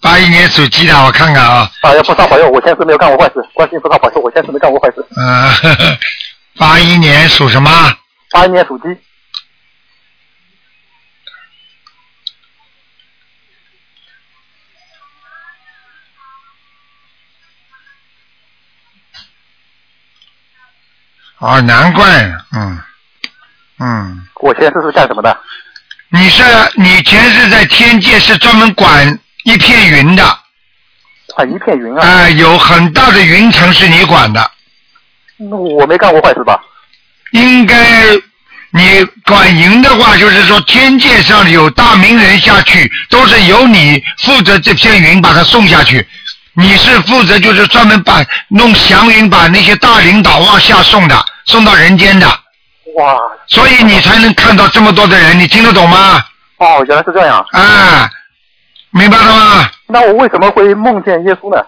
S1: 八一年属鸡的，我看看啊，
S10: 哎呀，菩萨保佑，我前世没有干过坏事，观世音菩萨保佑，我前世没干过坏事。
S1: 嗯、呃， 八一年属什么？
S10: 八一年属鸡，
S1: 哦，难怪，嗯，嗯，
S10: 我前世是干什么的？
S1: 你是你前世在天界是专门管一片云的，
S10: 啊，一片云啊。
S1: 哎、有很大的云层是你管的，
S10: 那我没干过坏事吧？
S1: 应该你管营的话，就是说天界上有大名人下去，都是由你负责这片云把它送下去。你是负责就是专门把弄祥云把那些大领导往下送的，送到人间的，
S10: 哇，
S1: 所以你才能看到这么多的人，你听得懂吗？
S10: 哦，原来是这样。
S1: 啊，明白了吗？
S10: 那我为什么会梦见耶稣呢？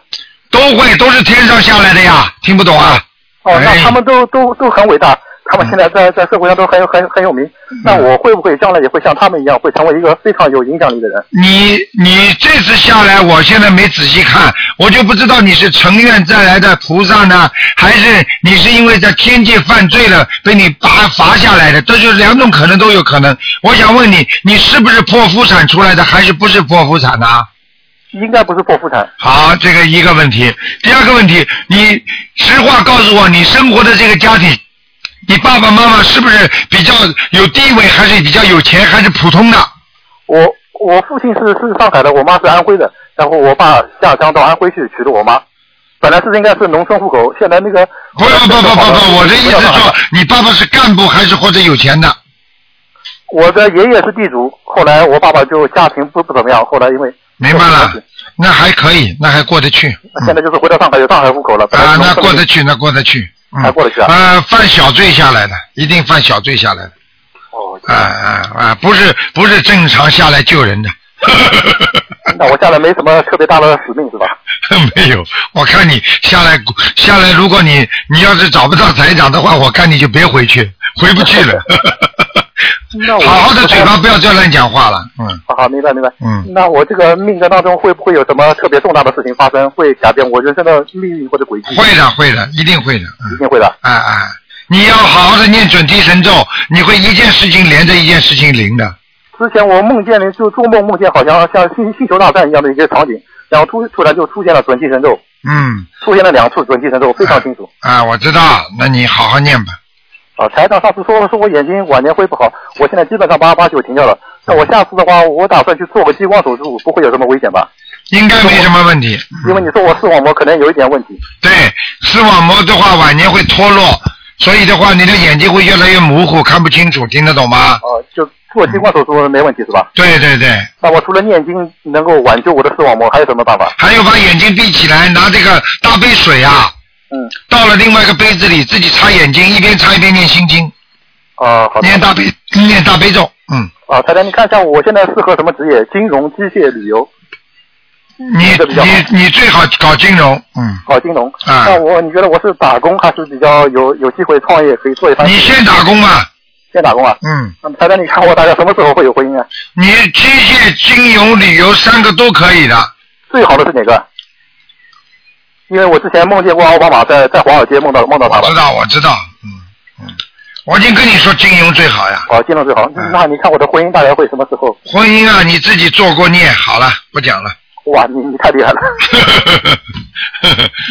S1: 都会，都是天上下来的呀，听不懂啊？
S10: 哦，那他们都都都很伟大，他们现在在在社会上都很有很很有名。
S1: 嗯
S10: 那我会不会将来也会像他们一样，会成为一个非常有影响力的人？
S1: 你你这次下来，我现在没仔细看，我就不知道你是成愿再来的菩萨呢，还是你是因为在天界犯罪了被你罚罚下来的，这就是两种可能都有可能。我想问你，你是不是剖腹产出来的，还是不是剖腹产呢、
S10: 应该不是剖腹产。
S1: 好，这个一个问题。第二个问题，你实话告诉我，你生活的这个家庭，你爸爸妈妈是不是比较有地位，还是比较有钱，还是普通的？
S10: 我我父亲是是上海的，我妈是安徽的，然后我爸下乡到安徽去娶的我妈。本来是应该是农村户口，现在那个
S1: 不不 不不不，我的意思说，你爸爸是干部还是或者有钱的？
S10: 我的爷爷是地主，后来我爸爸就家庭不不怎么样，后来因为
S1: 明白了，那还可以，那还过得去。
S10: 现在就是回到上海有上海户口了。
S1: 啊，那过得去，那过得去，嗯、
S10: 还过得去啊
S1: 呃，犯小罪下来的，一定犯小罪下来的。
S10: 哦。
S1: 啊啊啊！不是不是正常下来救人的，
S10: 那我下来没什么特别大的使命是吧？
S1: 没有。我看你下来下来，如果你你要是找不到财长的话，我看你就别回去，回不去 了。
S10: 那我
S1: 好好的嘴巴不要再乱讲话了。嗯。
S10: 好好，明白明白。
S1: 嗯。
S10: 那我这个命格当中会不会有什么特别重大的事情发生，会改变我人生的命运或者轨迹？
S1: 会的，会的，一定会的。
S10: 一定会的。
S1: 啊啊！你要好好的念准提神咒，你会一件事情连着一件事情灵的。
S10: 之前我梦见了，就做梦梦见好像像星星球大战一样的一个场景，然后突突然就出现了准提神咒，
S1: 嗯
S10: 出现了两处准提神咒，非常清楚。
S1: 啊，我知道，那你好好念吧。
S10: 啊，台长上次说了，说我眼睛晚年恢复好，我现在基本上八八九停掉了。那我下次的话，我打算去做个激光手术，不会有什么危险吧？
S1: 应该没什么问题。
S10: 因为你说我视网膜可能有一点问题。
S1: 对，视网膜的话晚年会脱落，所以的话你的眼睛会越来越模糊，看不清楚，听得懂吗？
S10: 哦、就做激光手术没问题是吧？
S1: 对对对，
S10: 那我除了念经能够挽救我的视网膜，还有什么办法？
S1: 还有把眼睛闭起来，拿这个大杯水啊，
S10: 嗯，
S1: 倒了另外一个杯子里，自己擦眼睛，一边擦一边念心经，
S10: 啊，好的。
S1: 念大悲念大悲咒，嗯。
S10: 啊，台长，你看一下我现在适合什么职业？金融、机械、旅游。嗯
S1: 你你你最好搞金融，嗯。
S10: 搞金融。
S1: 啊
S10: 那我你觉得我是打工还是比较有有机会创业可以做一番？
S1: 你先打工吧。
S10: 先打工啊。
S1: 嗯。
S10: 那么台长，你看我大概什么时候会有婚姻啊？
S1: 你机械、金融、旅游三个都可以的，
S10: 最好的是哪个？因为我之前梦见过奥巴马在在华尔街梦到梦到他了。
S1: 知道我知道，嗯嗯，我已经跟你说金融最好呀。嗯
S10: 好，哦金融最好。那你看我的婚姻大概会什么时候？
S1: 婚姻啊，你自己做过孽，好了，不讲了。
S10: 哇，你你太厉害 了！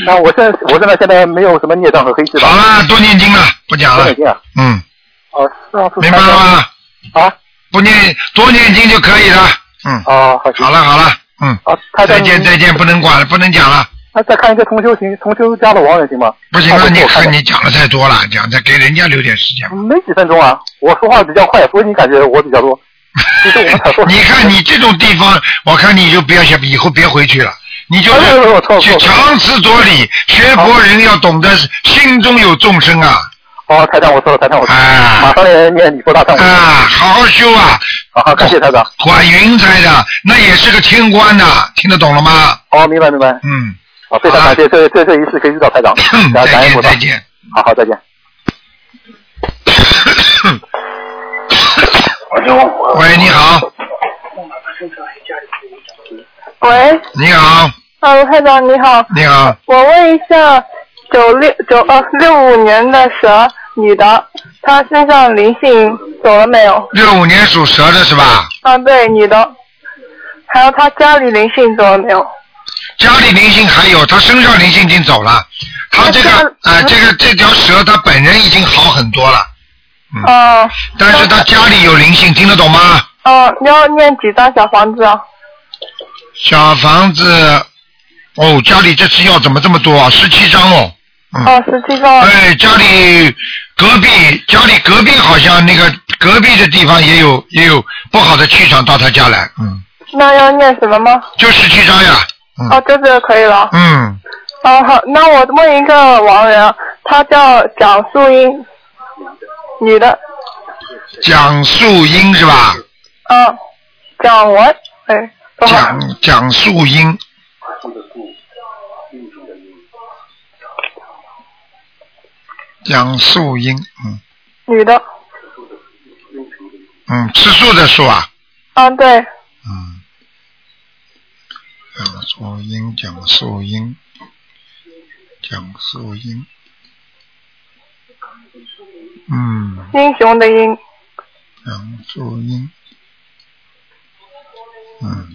S10: 那我现在我现在现在没有什么孽障和黑气吧？
S1: 好了，多念经了，不讲
S10: 多
S1: 了
S10: 念。经啊！
S1: 嗯，
S10: 哦，上次
S1: 明白了吗？
S10: 啊，
S1: 不念多念经就可以了。嗯，
S10: 哦，好
S1: 好了好了，嗯，
S10: 啊，台长
S1: 再见再见，不能管了，不能讲了，
S10: 那再看一个同修行同修家的亡人行吗？
S1: 不行
S10: 啊
S1: 了，你
S10: 我看
S1: 看
S10: 看
S1: 你讲的太多了，讲的给人家留点时间吧。，
S10: 没几分钟啊，我说话比较快，所以你感觉我比较多。其实我们才说
S1: 你看你这种地方，我看你就不要想，以后别回去了。你就
S10: 哎呦我错
S1: 是
S10: 了
S1: 去
S10: 错了
S1: 强词夺理，学佛人要懂得心中有众生啊
S10: 哦，台长我错了，台长我错了，
S1: 啊
S10: 马上也呃念你说大忏悔文。
S1: 啊，好好修啊，
S10: 好好，感谢台长。
S1: 管云彩的那也是个天官呐、听得懂了吗？
S10: 哦，明白明白。
S1: 嗯，，
S10: 好，非常感谢这这这一次可以遇到台长感 感
S1: 再
S10: 恩
S1: 见
S10: 菩萨
S1: 再。见。
S10: 好好， 再见。
S1: 喂，你好，
S9: 嗯
S11: 喂，
S1: 你好，
S11: 啊，卢台长你好，
S1: 你好，
S11: 我问一下，九六九呃六五年的蛇女的，她身上灵性走了没有？
S1: 六五年属蛇的是吧？
S11: 啊，对，女的，还有她家里灵性走了没有？
S1: 家里灵性还有，他身上灵性已经走了，他这个啊、这个这条蛇他本人已经好很多了，嗯
S11: 啊
S1: 但是他家里有灵性，听得懂吗？
S11: 啊，你要念几张小房子啊？
S1: 小房子，哦，家里这次要怎么这么多啊？十七张哦。嗯、
S11: 哦，十七张。
S1: 哎，家里隔壁，家里隔壁好像那个隔壁的地方也有也有不好的气场到他家来，嗯，
S11: 那要念什么吗？
S1: 就十七张呀，嗯
S11: 哦，这个可以了。
S1: 嗯，
S11: 啊，好，那我问一个亡人，她叫蒋素英，女的，
S1: 蒋素英是吧？
S11: 啊，蒋哦文，哎，不好。
S1: 蒋蒋素英，蒋素英，嗯
S11: 女的，
S1: 嗯，吃素的素啊，
S11: 啊对，
S1: 蒋素英，蒋素英，蒋素英，嗯，
S11: 英雄的英，
S1: 蒋素英，嗯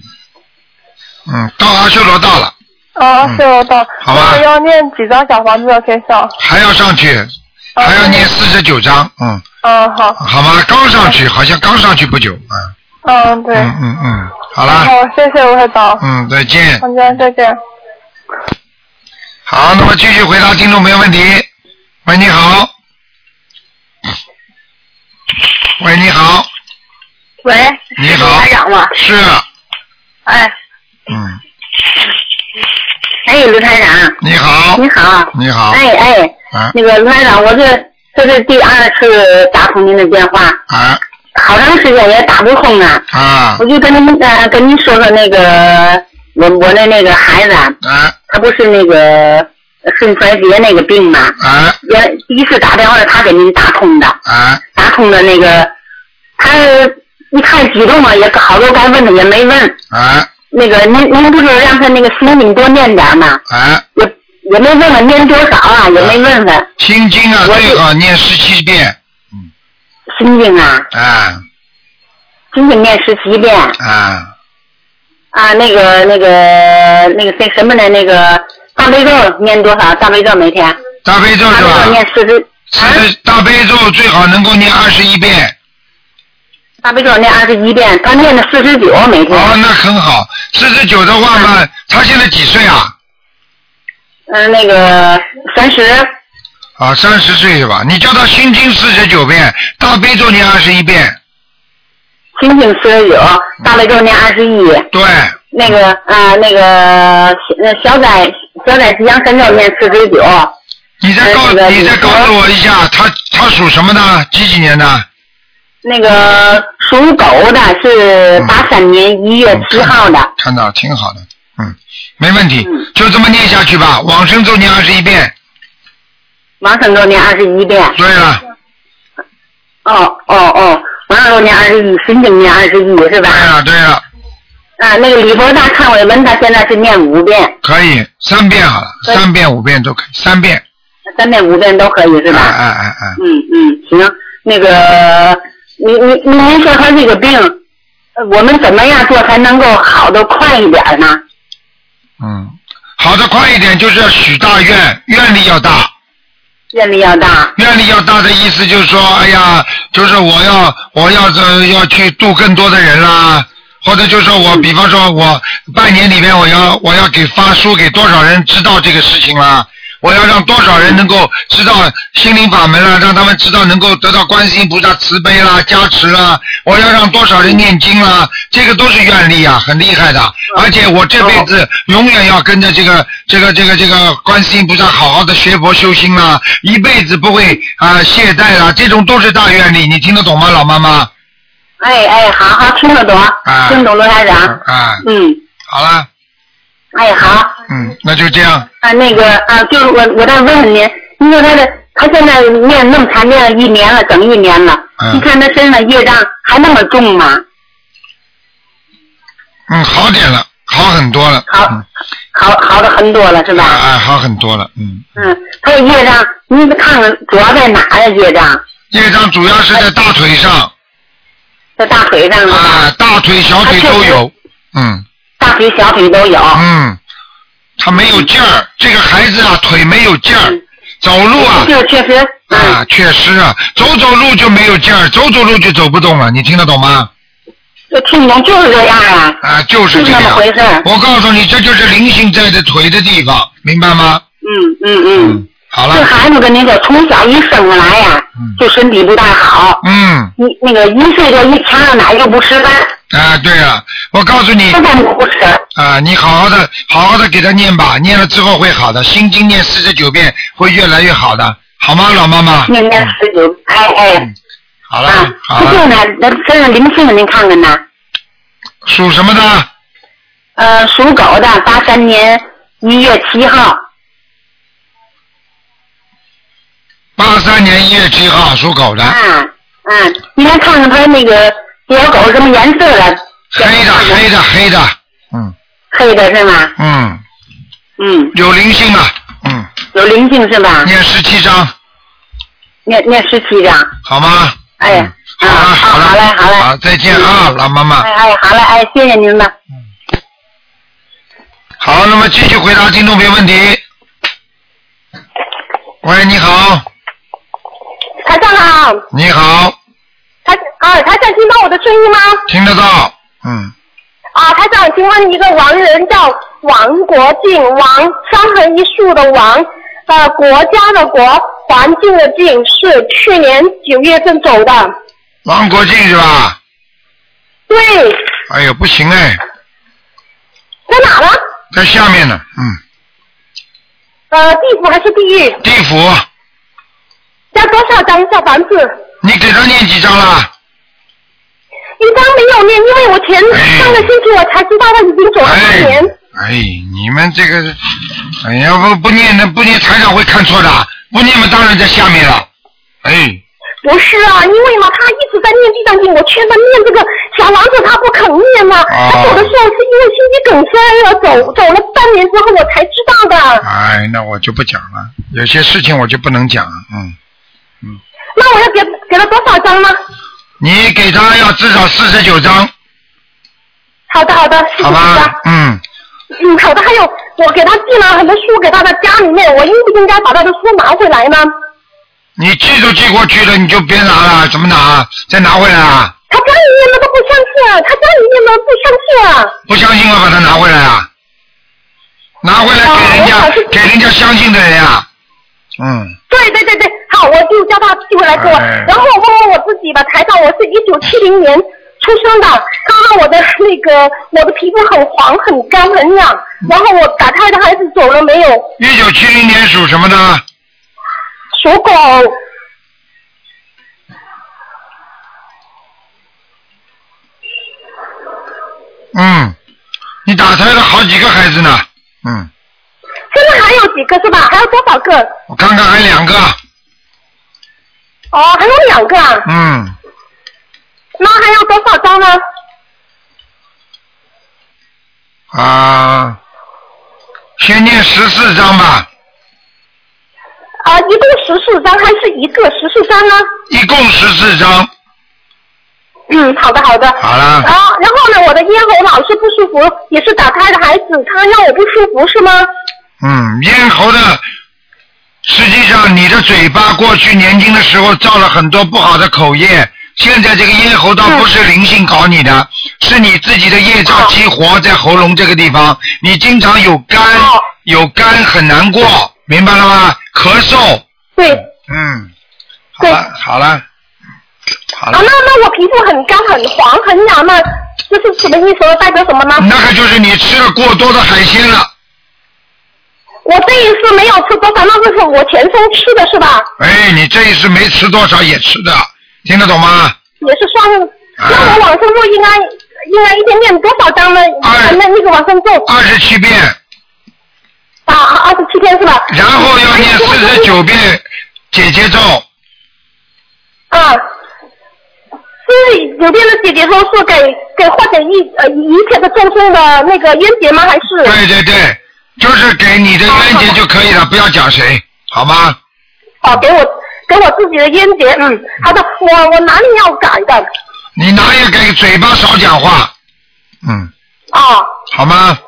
S1: 嗯，到阿修罗道了，
S11: 啊，是我到，
S1: 嗯好吧
S11: 那要念几张小房子的天上？
S1: 还要上去，还要念四十九章，嗯，
S11: 嗯好，
S1: 好吗？刚上去，好像刚上去不久，嗯
S11: 嗯对，
S1: 嗯嗯嗯，好啦，
S11: 好，谢谢吴会长，
S1: 嗯，再见。
S11: 好的，再见。
S1: 好，那么继续回答听众朋友问题。喂，你好。喂，你好，
S8: 喂，哎
S1: 你好
S8: 台长吗？
S1: 是，
S8: 哎，
S1: 嗯，
S8: 哎，卢台长，
S1: 你好，
S8: 你好，
S1: 你好，
S8: 哎哎，
S1: 啊
S8: 那个卢台长，我这这是第二次打通您的电话，
S1: 啊
S8: 好长时间也打不通啊，
S1: 啊
S8: 我就跟您呃跟您说说那个我我的那个孩子，啊，
S1: 啊
S8: 他不是那个肾衰竭那个病吗？
S1: 啊，
S8: 原第一次打电话他给您打通的，
S1: 啊
S8: 打通的那个他一看激动啊，也好多该问的也没问。
S1: 啊
S8: 那个您您不是让他那个心经多念点吗？
S1: 啊，
S8: 也没问问念多少啊，也没问问。
S1: 心经啊，最好念十七遍，
S8: 心经啊，
S1: 啊
S8: 今天念十七遍
S1: 啊
S8: 啊，那个那个那个那什么呢？那个大悲咒念多少？大悲咒每天？
S1: 大悲咒
S8: 是吧？念四十，
S1: 四十大悲咒最好能够念二十一遍。
S8: 大悲咒念二十一遍，他念了四十九每天。
S1: 哦，那很好。四十九的话嘛，他现在几岁啊？
S8: 嗯，那个三十
S1: 啊，三十岁是吧？你叫他心经四十九遍，大悲咒念二十一遍。
S8: 心经四十九，大悲咒念二十一。
S1: 对，
S8: 那个啊、那个呃小仔小仔吉祥神咒念四十九。
S1: 你再
S8: 呃
S1: 告你再告诉我一下，
S8: 嗯
S1: 他他属什么呢？几几年的？
S8: 那个属狗的是八三年一月七号的，
S1: 看到挺好的，嗯，没问题，
S8: 嗯
S1: 就这么念下去吧。往生咒念二十一遍，
S8: 王生咒念二十一遍。
S1: 对了。
S8: 哦哦哦，王生咒念二十一，心经念二十一是吧？对
S1: 了对了。
S8: 啊，那个礼佛大忏悔文，他现在是念五遍，
S1: 可以三遍好了，三遍五遍都可以，三遍。
S8: 三遍五遍都可以是吧？
S1: 哎哎哎哎，
S8: 嗯嗯，行，那个你你你您说他这个病，呃我们怎么样做才能够好的快一点呢？
S1: 嗯，好的，快一点，就是要许大愿，愿力要大。
S8: 愿力要大。
S1: 愿力要大的意思就是说，哎呀，就是我要我要这要去度更多的人啦，或者就是说我，比方说我半年里面我要我要给发书给多少人知道这个事情啦。我要让多少人能够知道心灵法门啦，让他们知道能够得到观世音菩萨慈悲啦、加持啦。我要让多少人念经啦，这个都是愿力啊，很厉害的。而且我这辈子永远要跟着这个、这个、这个、这个观世音菩萨好好的学佛修心啦，一辈子不会啊、懈怠啦，这种都是大愿力。你听得懂吗，老妈妈？
S8: 哎哎，好好听得懂，
S1: 啊
S8: 听懂罗台长。
S1: 啊，
S8: 嗯，
S1: 好了，
S8: 哎好
S1: 嗯，那就这样。
S8: 啊，那个啊，就是我我再问问您，您说他的他现在念那么长念了一年了，整一年了，
S1: 嗯
S8: 你看他身上业障还那么重吗？
S1: 嗯，好点了，好很多了。好，
S8: 好好的很多了是吧？
S1: 哎、好很多了，嗯。
S8: 嗯，他的业障，您看看主要在哪呀、业障
S1: 业障主要是在大腿上，
S8: 在大腿上
S1: 啊，大腿、小腿都有，嗯。
S8: 大腿、小腿都有。
S1: 嗯，他没有劲儿，这个孩子啊，腿没有劲
S8: 嗯
S1: 儿，走路啊。
S8: 这确实。嗯
S1: 啊，确实啊，走走路就没有劲儿，走走路就走不动了，你听得懂吗？
S8: 就听懂就是这样啊。
S1: 啊，就是这
S8: 是
S1: 样。
S8: 那么回事儿
S1: 我告诉你，这就是灵性在这腿的地方，明白吗？
S8: 嗯嗯嗯。
S1: 好了
S8: 这。孩子跟您说，从小一生下来呀、就身体不太好，
S1: 嗯。
S8: 一那个一岁就一掐着奶就不吃饭，
S1: 啊，对了，我告诉你，啊，你好好的，好好的给他念吧，念了之后会好的，心经念四十九遍会越来越好的，好吗，老妈妈？
S8: 念念十九，哎哎，
S1: 好了，好
S8: 这
S1: 了，
S8: 呢，那身上灵性您看看呐，
S1: 属什么的？
S8: 呃，属狗的，八三年一月七号，
S1: 八三年一月七号属狗的，
S8: 嗯，您来看看他那个这条狗什么颜色的？
S1: 黑的，黑的，黑的，
S8: 黑的是吗？
S1: 嗯，
S8: 嗯，
S1: 有灵性啊，嗯，
S8: 有灵性是吧？
S1: 念十七章，
S8: 念念十七张。
S1: 好吗？嗯
S8: 哎呀，啊，好嘞，好嘞，
S1: 好，再见啊，老妈妈。
S8: 哎哎，好嘞，哎，谢谢您了。
S1: 好，那么继续回答听众朋友问题。喂，你好，
S7: 台长好，
S1: 你好，
S7: 台啊，台长听到我的声音吗？
S1: 听得到，嗯
S7: 啊，台长，请问一个王人叫王国敬，王三横一竖的王，呃，国家的国，环境的境，是去年九月份走的。
S1: 王国庆是吧？
S7: 对，
S1: 哎呦，不行哎，
S7: 在哪呢？
S1: 在下面呢，嗯，
S7: 呃，地府还是地狱？
S1: 地府，
S7: 加多少张小房子？
S1: 你给他念几张了？
S7: 一张没有念，因为我前上个星期我才知道他已经走了半年。
S1: 哎，你们这个，哎呀，不不念那不念，台长会看错的，不念嘛，当然在下面了，哎。
S7: 不是啊，因为嘛，他一直在念地藏经，我劝他念这个小房子，他不肯念嘛。
S1: 啊
S7: 他走的时候是因为心肌梗塞而走，走了半年之后我才知道的。
S1: 哎，那我就不讲了，有些事情我就不能讲，嗯，
S7: 那我要给给了多少张呢？
S1: 你给他要至少四十九张，
S7: 好的，好的，谢谢
S1: 好
S7: 大
S1: 吧
S7: 家。？
S1: 嗯，
S7: 嗯，好的。还有，我给他寄了很多书给他的家里面，我应不应该把他的书拿回来呢？
S1: 你寄都寄过去了，你就别拿了，怎么拿？再拿回来啊？
S7: 他家里面的都不相信啊，他家里面的不相信啊。
S1: 不相信我把它拿回来啊？拿回来
S7: 哦
S1: 给人家，给人家相信的人啊。嗯，
S7: 对对对对，好，我就叫他寄回来给我。
S1: 哎
S7: 然后我问问我自己吧，台长，我是一九七零年出生的，刚刚我的那个我的皮肤很黄、很干、很痒，然后我打胎的孩子走了没有？
S1: 一九七零年属什么的？
S7: 属狗，
S1: 嗯，你打胎了好几个孩子呢，
S7: 现在还有几个是吧？还有多少个？
S1: 我看看还两个。
S7: 哦，还有两个啊，
S1: 嗯，
S7: 那还有多少张呢？
S1: 啊，先念十四章吧。
S7: 啊，一共十四张还是一个十四张呢？
S1: 一共十四张。
S7: 嗯，好的好的。
S1: 好了
S7: 然后然后呢，我的咽喉老是不舒服，也是打胎的孩子，他让我不舒服是吗？
S1: 嗯，咽喉的，实际上你的嘴巴过去年轻的时候造了很多不好的口业，现在这个咽喉倒不是灵性搞你的，是你自己的业障激活在喉咙这个地方，你经常有干，有干很难过，明白了吗？咳嗽。
S7: 对。
S1: 嗯，好了，好了，好了
S7: 啊，那，那我皮肤很干、很黄、很痒，那这是什么意思呢？代表什么呢？
S1: 那个就是你吃了过多的海鲜了。
S7: 我这一次没有吃多少，那就是我前生吃的是吧？
S1: 哎，你这一次没吃多少也吃的，听得懂吗？
S7: 也是算。那我往生咒应该应该一天念多少张呢？啊，那那个往生咒。
S1: 二十七遍。
S7: 啊，二十七天是吧？
S1: 然后要念四十九遍姐姐咒，
S7: 啊，是有边的姐姐说是给给化解一呃一切的众生的那个冤结吗？还是？
S1: 对对对，就是给你的冤结就可以了，不要讲谁，好吗？
S7: 哦，给我给我自己的冤结，嗯，好的，我我哪里要改的？
S1: 你哪也给嘴巴少讲话，
S7: 啊，
S1: 好吗？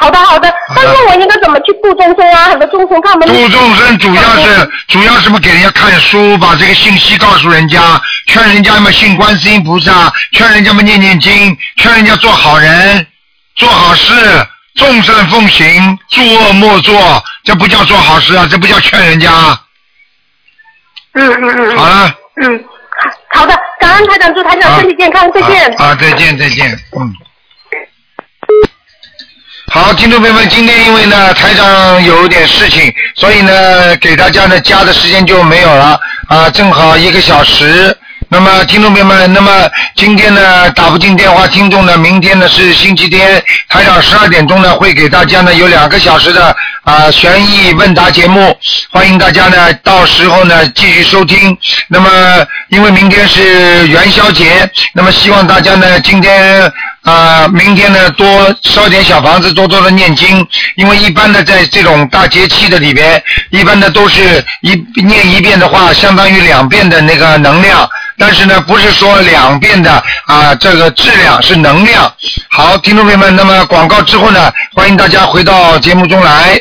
S7: 好的好的，但是我应该怎么去度众生啊？很多众生他们
S1: 度众生主要 是主要是么给人家看书，把这个信息告诉人家，劝人家嘛信观世音菩萨，劝人家嘛念念经，劝人家做好人，做好事，众善奉行，诸恶莫作，这不叫做好事啊，这不叫劝人家。
S7: 嗯嗯嗯，
S1: 好了，
S7: 嗯，好的，感恩台长，祝台长身体健康，再见。
S1: 啊啊，再见再见，嗯。好，听众朋友们，今天因为呢台长有点事情，所以呢给大家呢加的时间就没有了啊，正好一个小时。那么听众朋友们，那么今天呢打不进电话听众呢，明天呢是星期天，台长十二点钟呢会给大家呢有两个小时的啊、悬疑问答节目，欢迎大家呢到时候呢继续收听。那么因为明天是元宵节，那么希望大家呢今天。啊、明天呢多烧点小房子，多多的念经，因为一般的在这种大节气的里边，一般的都是一念一遍的话，相当于两遍的那个能量，但是呢不是说两遍的啊、这个质量是能量。好，听众朋友们，那么广告之后呢，欢迎大家回到节目中来。